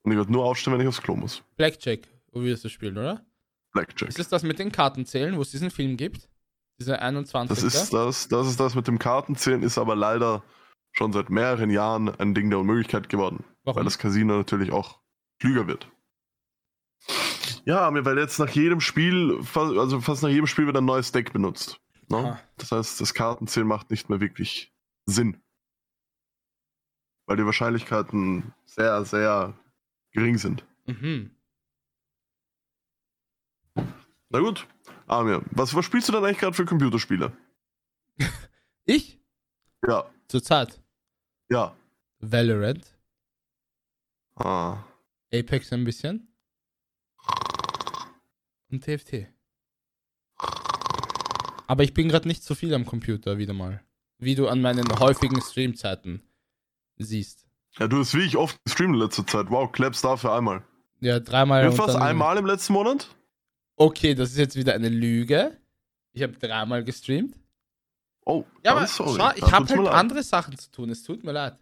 Speaker 2: Und ich werde nur aufstehen, wenn ich aufs Klo muss.
Speaker 1: Blackjack, wo wir das spielen, oder?
Speaker 2: Blackjack.
Speaker 1: Ist es das mit den Kartenzählen, wo es diesen Film gibt? Dieser 21.
Speaker 2: Das ist das, das ist das mit dem Kartenzählen, ist aber leider schon seit mehreren Jahren ein Ding der Unmöglichkeit geworden, weil
Speaker 1: Warum?
Speaker 2: das Casino natürlich auch klüger wird. Ja, mir- weil jetzt nach jedem Spiel, fa- also fast nach jedem Spiel wird ein neues Deck benutzt. Ne?
Speaker 1: Aha.
Speaker 2: Das heißt, das Kartenzählen macht nicht mehr wirklich Sinn. Weil die Wahrscheinlichkeiten sehr, sehr gering sind.
Speaker 1: Mhm.
Speaker 2: Na gut, Amir, was, was spielst du denn eigentlich gerade für Computerspiele?
Speaker 1: Ich?
Speaker 2: Ja,
Speaker 1: Zurzeit.
Speaker 2: ja.
Speaker 1: Valorant.
Speaker 2: Ah.
Speaker 1: Apex ein bisschen. Und TFT. Aber ich bin gerade nicht so viel am Computer, wieder mal. Wie du an meinen häufigen Streamzeiten siehst.
Speaker 2: Ja, du hast wie ich oft gestreamt in letzter Zeit. Wow, Claps dafür einmal.
Speaker 1: Ja, dreimal.
Speaker 2: Wir
Speaker 1: und
Speaker 2: fast
Speaker 1: dann-
Speaker 2: einmal im letzten Monat?
Speaker 1: Okay, das ist jetzt wieder eine Lüge. Ich habe dreimal gestreamt.
Speaker 2: Oh,
Speaker 1: Ja, aber
Speaker 2: ganz sorry.
Speaker 1: schau, ich
Speaker 2: Da
Speaker 1: habe
Speaker 2: tut's mir
Speaker 1: halt
Speaker 2: leid.
Speaker 1: andere Sachen zu tun. Es tut mir leid.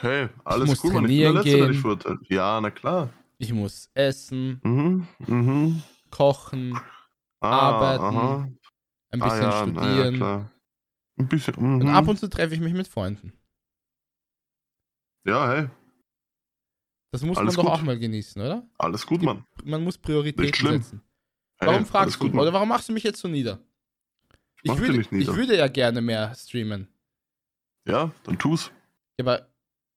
Speaker 2: Hey,
Speaker 1: muss
Speaker 2: alles cool, man. Ich bin der
Speaker 1: trainieren
Speaker 2: Letzte, der
Speaker 1: gehen.
Speaker 2: dich verurteilt. Ja, na klar.
Speaker 1: Ich muss essen,
Speaker 2: Mhm, mhm.
Speaker 1: kochen,
Speaker 2: Ah,
Speaker 1: Arbeiten,
Speaker 2: aha.
Speaker 1: ein
Speaker 2: Ah,
Speaker 1: bisschen
Speaker 2: ja, na ja,
Speaker 1: studieren.
Speaker 2: klar. Ein bisschen,
Speaker 1: und
Speaker 2: mhm.
Speaker 1: ab und zu treffe ich mich mit Freunden.
Speaker 2: Ja, hey,
Speaker 1: Das muss
Speaker 2: Alles
Speaker 1: man doch
Speaker 2: gut.
Speaker 1: auch mal genießen, oder?
Speaker 2: alles gut, Mann.
Speaker 1: Man muss Prioritäten
Speaker 2: Nicht schlimm.
Speaker 1: setzen.
Speaker 2: Hey,
Speaker 1: Warum
Speaker 2: alles
Speaker 1: fragst
Speaker 2: gut,
Speaker 1: du?
Speaker 2: Mann.
Speaker 1: Oder warum machst du mich jetzt so nieder? Ich,
Speaker 2: mach dich
Speaker 1: würde,
Speaker 2: nicht nieder.
Speaker 1: ich würde ja gerne mehr streamen.
Speaker 2: Ja, dann tu's.
Speaker 1: Ja, Aber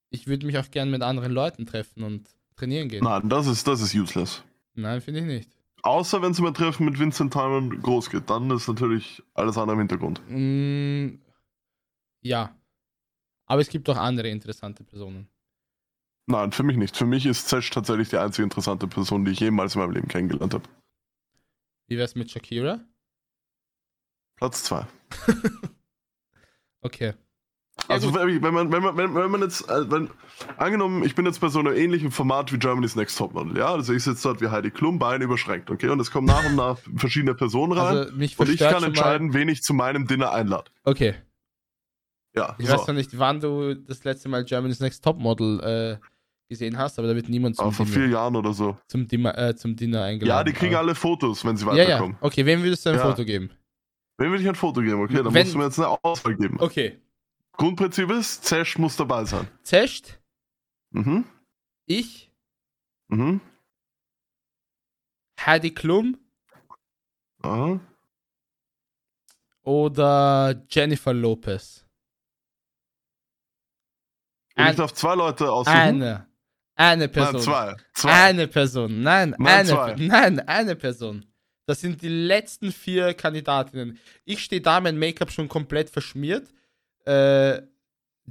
Speaker 1: ich würde mich auch gerne mit anderen Leuten treffen und trainieren gehen.
Speaker 2: Nein, das ist, das ist useless.
Speaker 1: Nein, finde ich nicht.
Speaker 2: Außer wenn es mal Treffen mit Vincent Timon groß geht, dann ist natürlich alles andere im Hintergrund.
Speaker 1: Mm, ja. Aber es gibt auch andere interessante Personen.
Speaker 2: Nein, für mich nicht. Für mich ist Zesh tatsächlich die einzige interessante Person, die ich jemals in meinem Leben kennengelernt habe.
Speaker 1: Wie wär's mit Shakira?
Speaker 2: Platz zwei.
Speaker 1: Okay. Ja,
Speaker 2: Also
Speaker 1: gut.
Speaker 2: wenn wenn man, wenn man, wenn, wenn man jetzt, äh, wenn, angenommen, ich bin jetzt bei so einem ähnlichen Format wie Germany's Next Topmodel, ja, also ich sitze dort wie Heidi Klum, Beine überschränkt, okay, und es kommen nach und
Speaker 1: *laughs*
Speaker 2: nach verschiedene Personen rein
Speaker 1: Also mich
Speaker 2: und ich
Speaker 1: verstört
Speaker 2: kann
Speaker 1: schon
Speaker 2: entscheiden, wen ich zu meinem Dinner einlade.
Speaker 1: Mal. Okay.
Speaker 2: Ja,
Speaker 1: Ich
Speaker 2: so.
Speaker 1: weiß noch nicht, wann du das letzte Mal Germany's Next Topmodel äh, gesehen hast, aber da wird niemand zum
Speaker 2: Aber vor vier
Speaker 1: Dinner,
Speaker 2: Jahren oder so.
Speaker 1: zum Dinner, äh, zum Dinner eingeladen.
Speaker 2: Ja, die kriegen alle Fotos, wenn sie
Speaker 1: aber, ja,
Speaker 2: weiterkommen.
Speaker 1: ja. Okay, wem würdest du ein
Speaker 2: Ja.
Speaker 1: Foto geben?
Speaker 2: Wem will ich ein Foto geben, okay, dann
Speaker 1: Wenn- Oh.
Speaker 2: musst du mir jetzt eine Auswahl geben.
Speaker 1: Okay.
Speaker 2: Grundprinzip ist, Zesh muss dabei sein.
Speaker 1: Zesht,
Speaker 2: Mhm,
Speaker 1: ich,
Speaker 2: mhm,
Speaker 1: Heidi Klum
Speaker 2: aha.
Speaker 1: oder Jennifer Lopez?
Speaker 2: Und
Speaker 1: Ein-
Speaker 2: ich darf zwei Leute aussuchen.
Speaker 1: Eine. Eine Person.
Speaker 2: Nein, zwei. Zwei.
Speaker 1: Eine Person, nein,
Speaker 2: Nein,
Speaker 1: eine,
Speaker 2: zwei.
Speaker 1: nein, eine Person. Das sind die letzten vier Kandidatinnen. Ich stehe da, mein Make-up schon komplett verschmiert. Äh,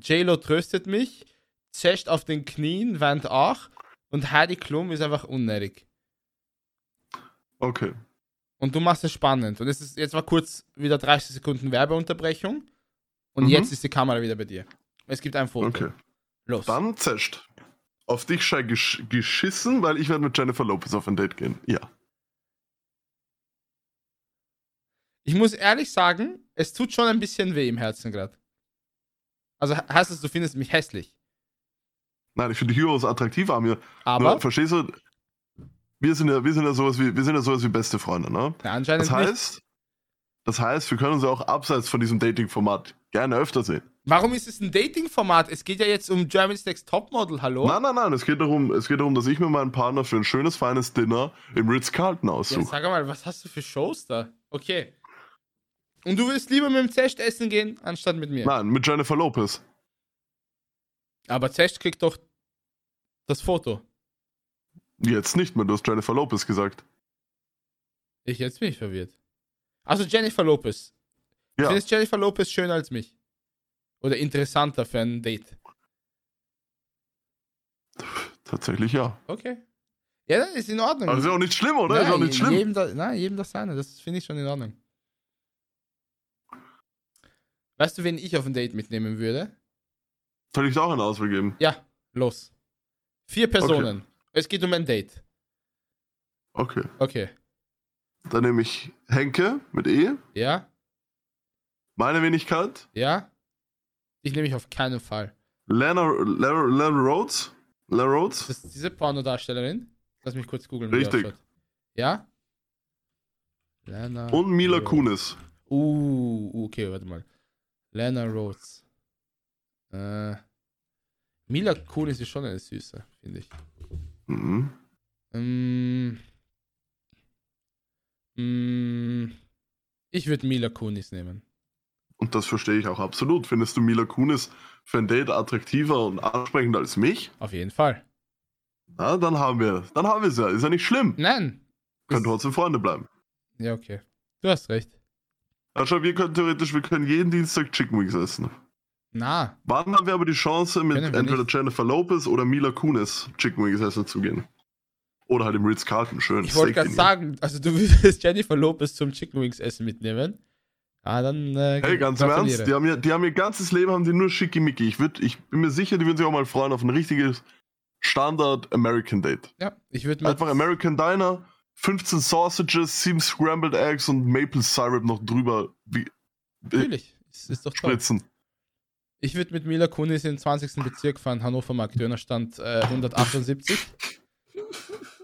Speaker 1: JLo tröstet mich, zäscht auf den Knien, weint auch. Und Heidi Klum ist einfach unnötig.
Speaker 2: Okay.
Speaker 1: Und du machst es spannend. Und es ist, jetzt war kurz wieder 30 Sekunden Werbeunterbrechung. Und
Speaker 2: Mhm.
Speaker 1: jetzt ist die Kamera wieder bei dir. Es gibt ein Foto.
Speaker 2: Okay.
Speaker 1: Los.
Speaker 2: Dann zescht. Auf dich sei gesch geschissen, weil ich werde mit Jennifer Lopez auf ein Date gehen. Ja.
Speaker 1: Ich muss ehrlich sagen, es tut schon ein bisschen weh im Herzen gerade. Also he- heißt es, du findest mich hässlich.
Speaker 2: Nein, ich finde die Heroes attraktiv an mir.
Speaker 1: Aber
Speaker 2: Nur, verstehst du? Wir sind ja, wir sind ja sowas wie, wir sind ja sowas wie beste Freunde, ne?
Speaker 1: na, anscheinend
Speaker 2: Das
Speaker 1: nicht.
Speaker 2: heißt, das heißt, wir können uns ja auch abseits von diesem Dating-Format gerne öfter sehen.
Speaker 1: Warum ist es ein Dating-Format? Es geht ja jetzt um Germany's Next Topmodel, hallo?
Speaker 2: Nein, nein, nein, es geht darum, es geht darum, dass ich mir meinen Partner für ein schönes, feines Dinner im Ritz-Carlton
Speaker 1: ja,
Speaker 2: aussuche.
Speaker 1: sag mal, was hast du für Shows da? Okay. Und du willst lieber mit dem Zest essen gehen, anstatt mit mir.
Speaker 2: Nein, mit Jennifer Lopez.
Speaker 1: Aber Zest kriegt doch das Foto.
Speaker 2: Jetzt nicht mehr, du hast Jennifer Lopez gesagt.
Speaker 1: Ich jetzt bin ich verwirrt. Also Jennifer Lopez.
Speaker 2: Ja.
Speaker 1: Findest Jennifer Lopez schöner als mich? Oder interessanter für ein Date?
Speaker 2: Tatsächlich ja.
Speaker 1: Okay. Ja, dann ist in Ordnung.
Speaker 2: Aber ist ja auch nicht schlimm, oder? ist auch nicht schlimm.
Speaker 1: Jedem das, Hm. nein, jedem das seine. Das finde ich schon in Ordnung. Weißt du, wen ich auf ein Date mitnehmen würde?
Speaker 2: Soll ich da auch eine Auswahl geben?
Speaker 1: Ja, los. Vier Personen. Es geht um ein Date.
Speaker 2: Okay.
Speaker 1: Okay.
Speaker 2: Dann nehme ich Henke mit E,
Speaker 1: Ja,
Speaker 2: meine Wenigkeit,
Speaker 1: ja. Ich nehme mich auf keinen Fall.
Speaker 2: Lana, Lana, Lana Rhodes. Lana Rhodes?
Speaker 1: Das ist diese Pornodarstellerin. Lass mich kurz googeln. wie die
Speaker 2: Richtig.
Speaker 1: ausschaut. Ja? Lana
Speaker 2: Und Mila
Speaker 1: Rhodes.
Speaker 2: Kunis.
Speaker 1: Uh, okay, warte mal. Lana Rhodes. Äh, Mila Kunis ist schon eine Süße, finde ich.
Speaker 2: Mhm.
Speaker 1: Ähm, mm, Ich würde Mila Kunis nehmen.
Speaker 2: Und das verstehe ich auch absolut. Findest du Mila Kunis für ein Date attraktiver und ansprechender als mich?
Speaker 1: Auf jeden Fall.
Speaker 2: Na, dann haben wir, dann haben wir es ja. Ist ja nicht schlimm.
Speaker 1: Nein.
Speaker 2: Können trotzdem Freunde bleiben.
Speaker 1: Ja, okay. Du hast recht.
Speaker 2: Also wir können theoretisch, wir können jeden Dienstag Chicken Wings essen.
Speaker 1: Na,
Speaker 2: Wann haben wir aber die Chance, mit
Speaker 1: Können wir
Speaker 2: entweder
Speaker 1: nicht.
Speaker 2: Jennifer Lopez oder Mila Kunis Chicken Wings essen zu gehen? Oder halt im Ritz-Carlton, schön.
Speaker 1: ich wollte
Speaker 2: Steak
Speaker 1: gerade
Speaker 2: Dinner.
Speaker 1: sagen, also du *laughs* würdest Jennifer Lopez zum Chicken Wings Essen mitnehmen. Ah, dann. Äh,
Speaker 2: Hey, ganz im
Speaker 1: gratuliere.
Speaker 2: Ernst, die haben, ja, die haben ihr ganzes Leben haben die nur schickimicki. Ich, würd, ich bin mir sicher, die würden sich auch mal freuen auf ein richtiges Standard-American-Date.
Speaker 1: Ja, ich würde mal.
Speaker 2: Einfach American Diner, 15 Sausages, 7 Scrambled Eggs und Maple Syrup noch drüber wie, äh,
Speaker 1: Natürlich. Es ist doch toll.
Speaker 2: spritzen.
Speaker 1: Ich würde mit Mila Kunis in den 20. Bezirk fahren, Hannover Markt, Dönerstand äh, 178.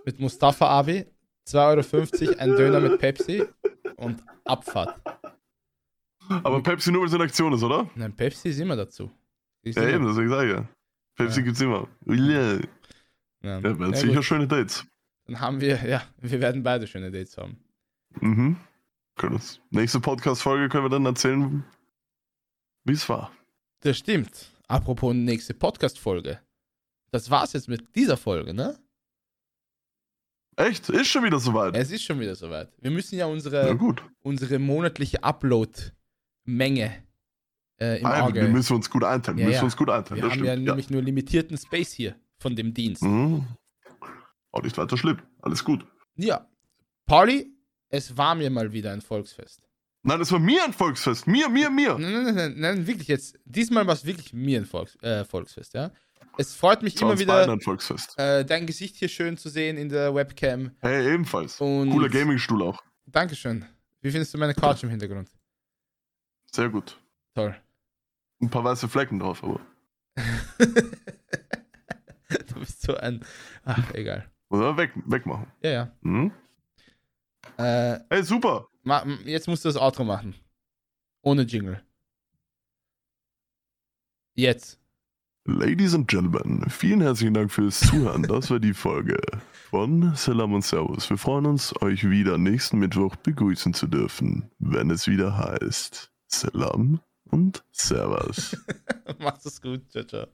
Speaker 1: mit Mustafa Abi, 2,50 Euro, ein Döner mit Pepsi und Abfahrt.
Speaker 2: Aber Pepsi nur, weil es in Aktion ist, oder?
Speaker 1: Nein, Pepsi ist immer dazu. Ist
Speaker 2: Ja,
Speaker 1: immer-
Speaker 2: eben, deswegen sage ich ja. Pepsi
Speaker 1: Ja.
Speaker 2: gibt's immer. Yeah.
Speaker 1: Ja,
Speaker 2: Ja, werden
Speaker 1: ja,
Speaker 2: sicher
Speaker 1: gut.
Speaker 2: schöne Dates.
Speaker 1: Dann haben wir, ja, wir werden beide schöne Dates haben.
Speaker 2: Mhm. Können uns. Nächste Podcast-Folge können wir dann erzählen, wie es war.
Speaker 1: Das stimmt. Apropos nächste Podcast-Folge. Das war's jetzt mit dieser Folge, ne?
Speaker 2: Echt? Ist schon wieder soweit.
Speaker 1: Es äh, ist schon wieder soweit. Wir müssen ja
Speaker 2: Na
Speaker 1: unsere,
Speaker 2: gut.
Speaker 1: unsere monatliche Upload-Menge äh, im
Speaker 2: Nein, Ah, wir
Speaker 1: Auge.
Speaker 2: müssen uns gut einteilen.
Speaker 1: Ja,
Speaker 2: müssen
Speaker 1: ja.
Speaker 2: uns gut einteilen.
Speaker 1: Wir
Speaker 2: das
Speaker 1: haben ja
Speaker 2: stimmt. Ja,
Speaker 1: nämlich nur limitierten Space hier von dem Dienst.
Speaker 2: Mhm. Auch nicht weiter schlimm. Alles gut.
Speaker 1: Ja. Pauli, es war mir mal wieder ein Volksfest.
Speaker 2: Nein, das war mir ein Volksfest. Mir, mir, mir.
Speaker 1: Nein, nein, nein, nein, nein wirklich jetzt. Diesmal war es wirklich mir ein Volks, äh, Volksfest, ja. Es freut mich
Speaker 2: Es war
Speaker 1: immer
Speaker 2: uns beiden
Speaker 1: wieder,
Speaker 2: ein Volksfest.
Speaker 1: äh, dein Gesicht hier schön zu sehen in der Webcam.
Speaker 2: Hey, ebenfalls.
Speaker 1: Und
Speaker 2: Cooler Gaming-Stuhl auch.
Speaker 1: Dankeschön. Wie findest du meine Couch im Hintergrund?
Speaker 2: Sehr gut.
Speaker 1: Toll. *laughs*
Speaker 2: Ein paar weiße Flecken drauf, aber.
Speaker 1: Du bist so ein. Ach, egal.
Speaker 2: Muss man weg, wegmachen.
Speaker 1: Ja, ja.
Speaker 2: Mhm.
Speaker 1: Äh,
Speaker 2: Hey, super.
Speaker 1: ma, m- jetzt musst du das Outro machen. Ohne Jingle. Jetzt.
Speaker 2: Ladies and Gentlemen, vielen herzlichen Dank fürs
Speaker 1: *laughs*
Speaker 2: Zuhören. Das war die Folge von Salam und Servus. Wir freuen uns, euch wieder nächsten Mittwoch begrüßen zu dürfen, wenn es wieder heißt Salam und Servus.
Speaker 1: Mach's gut. Ciao, ciao.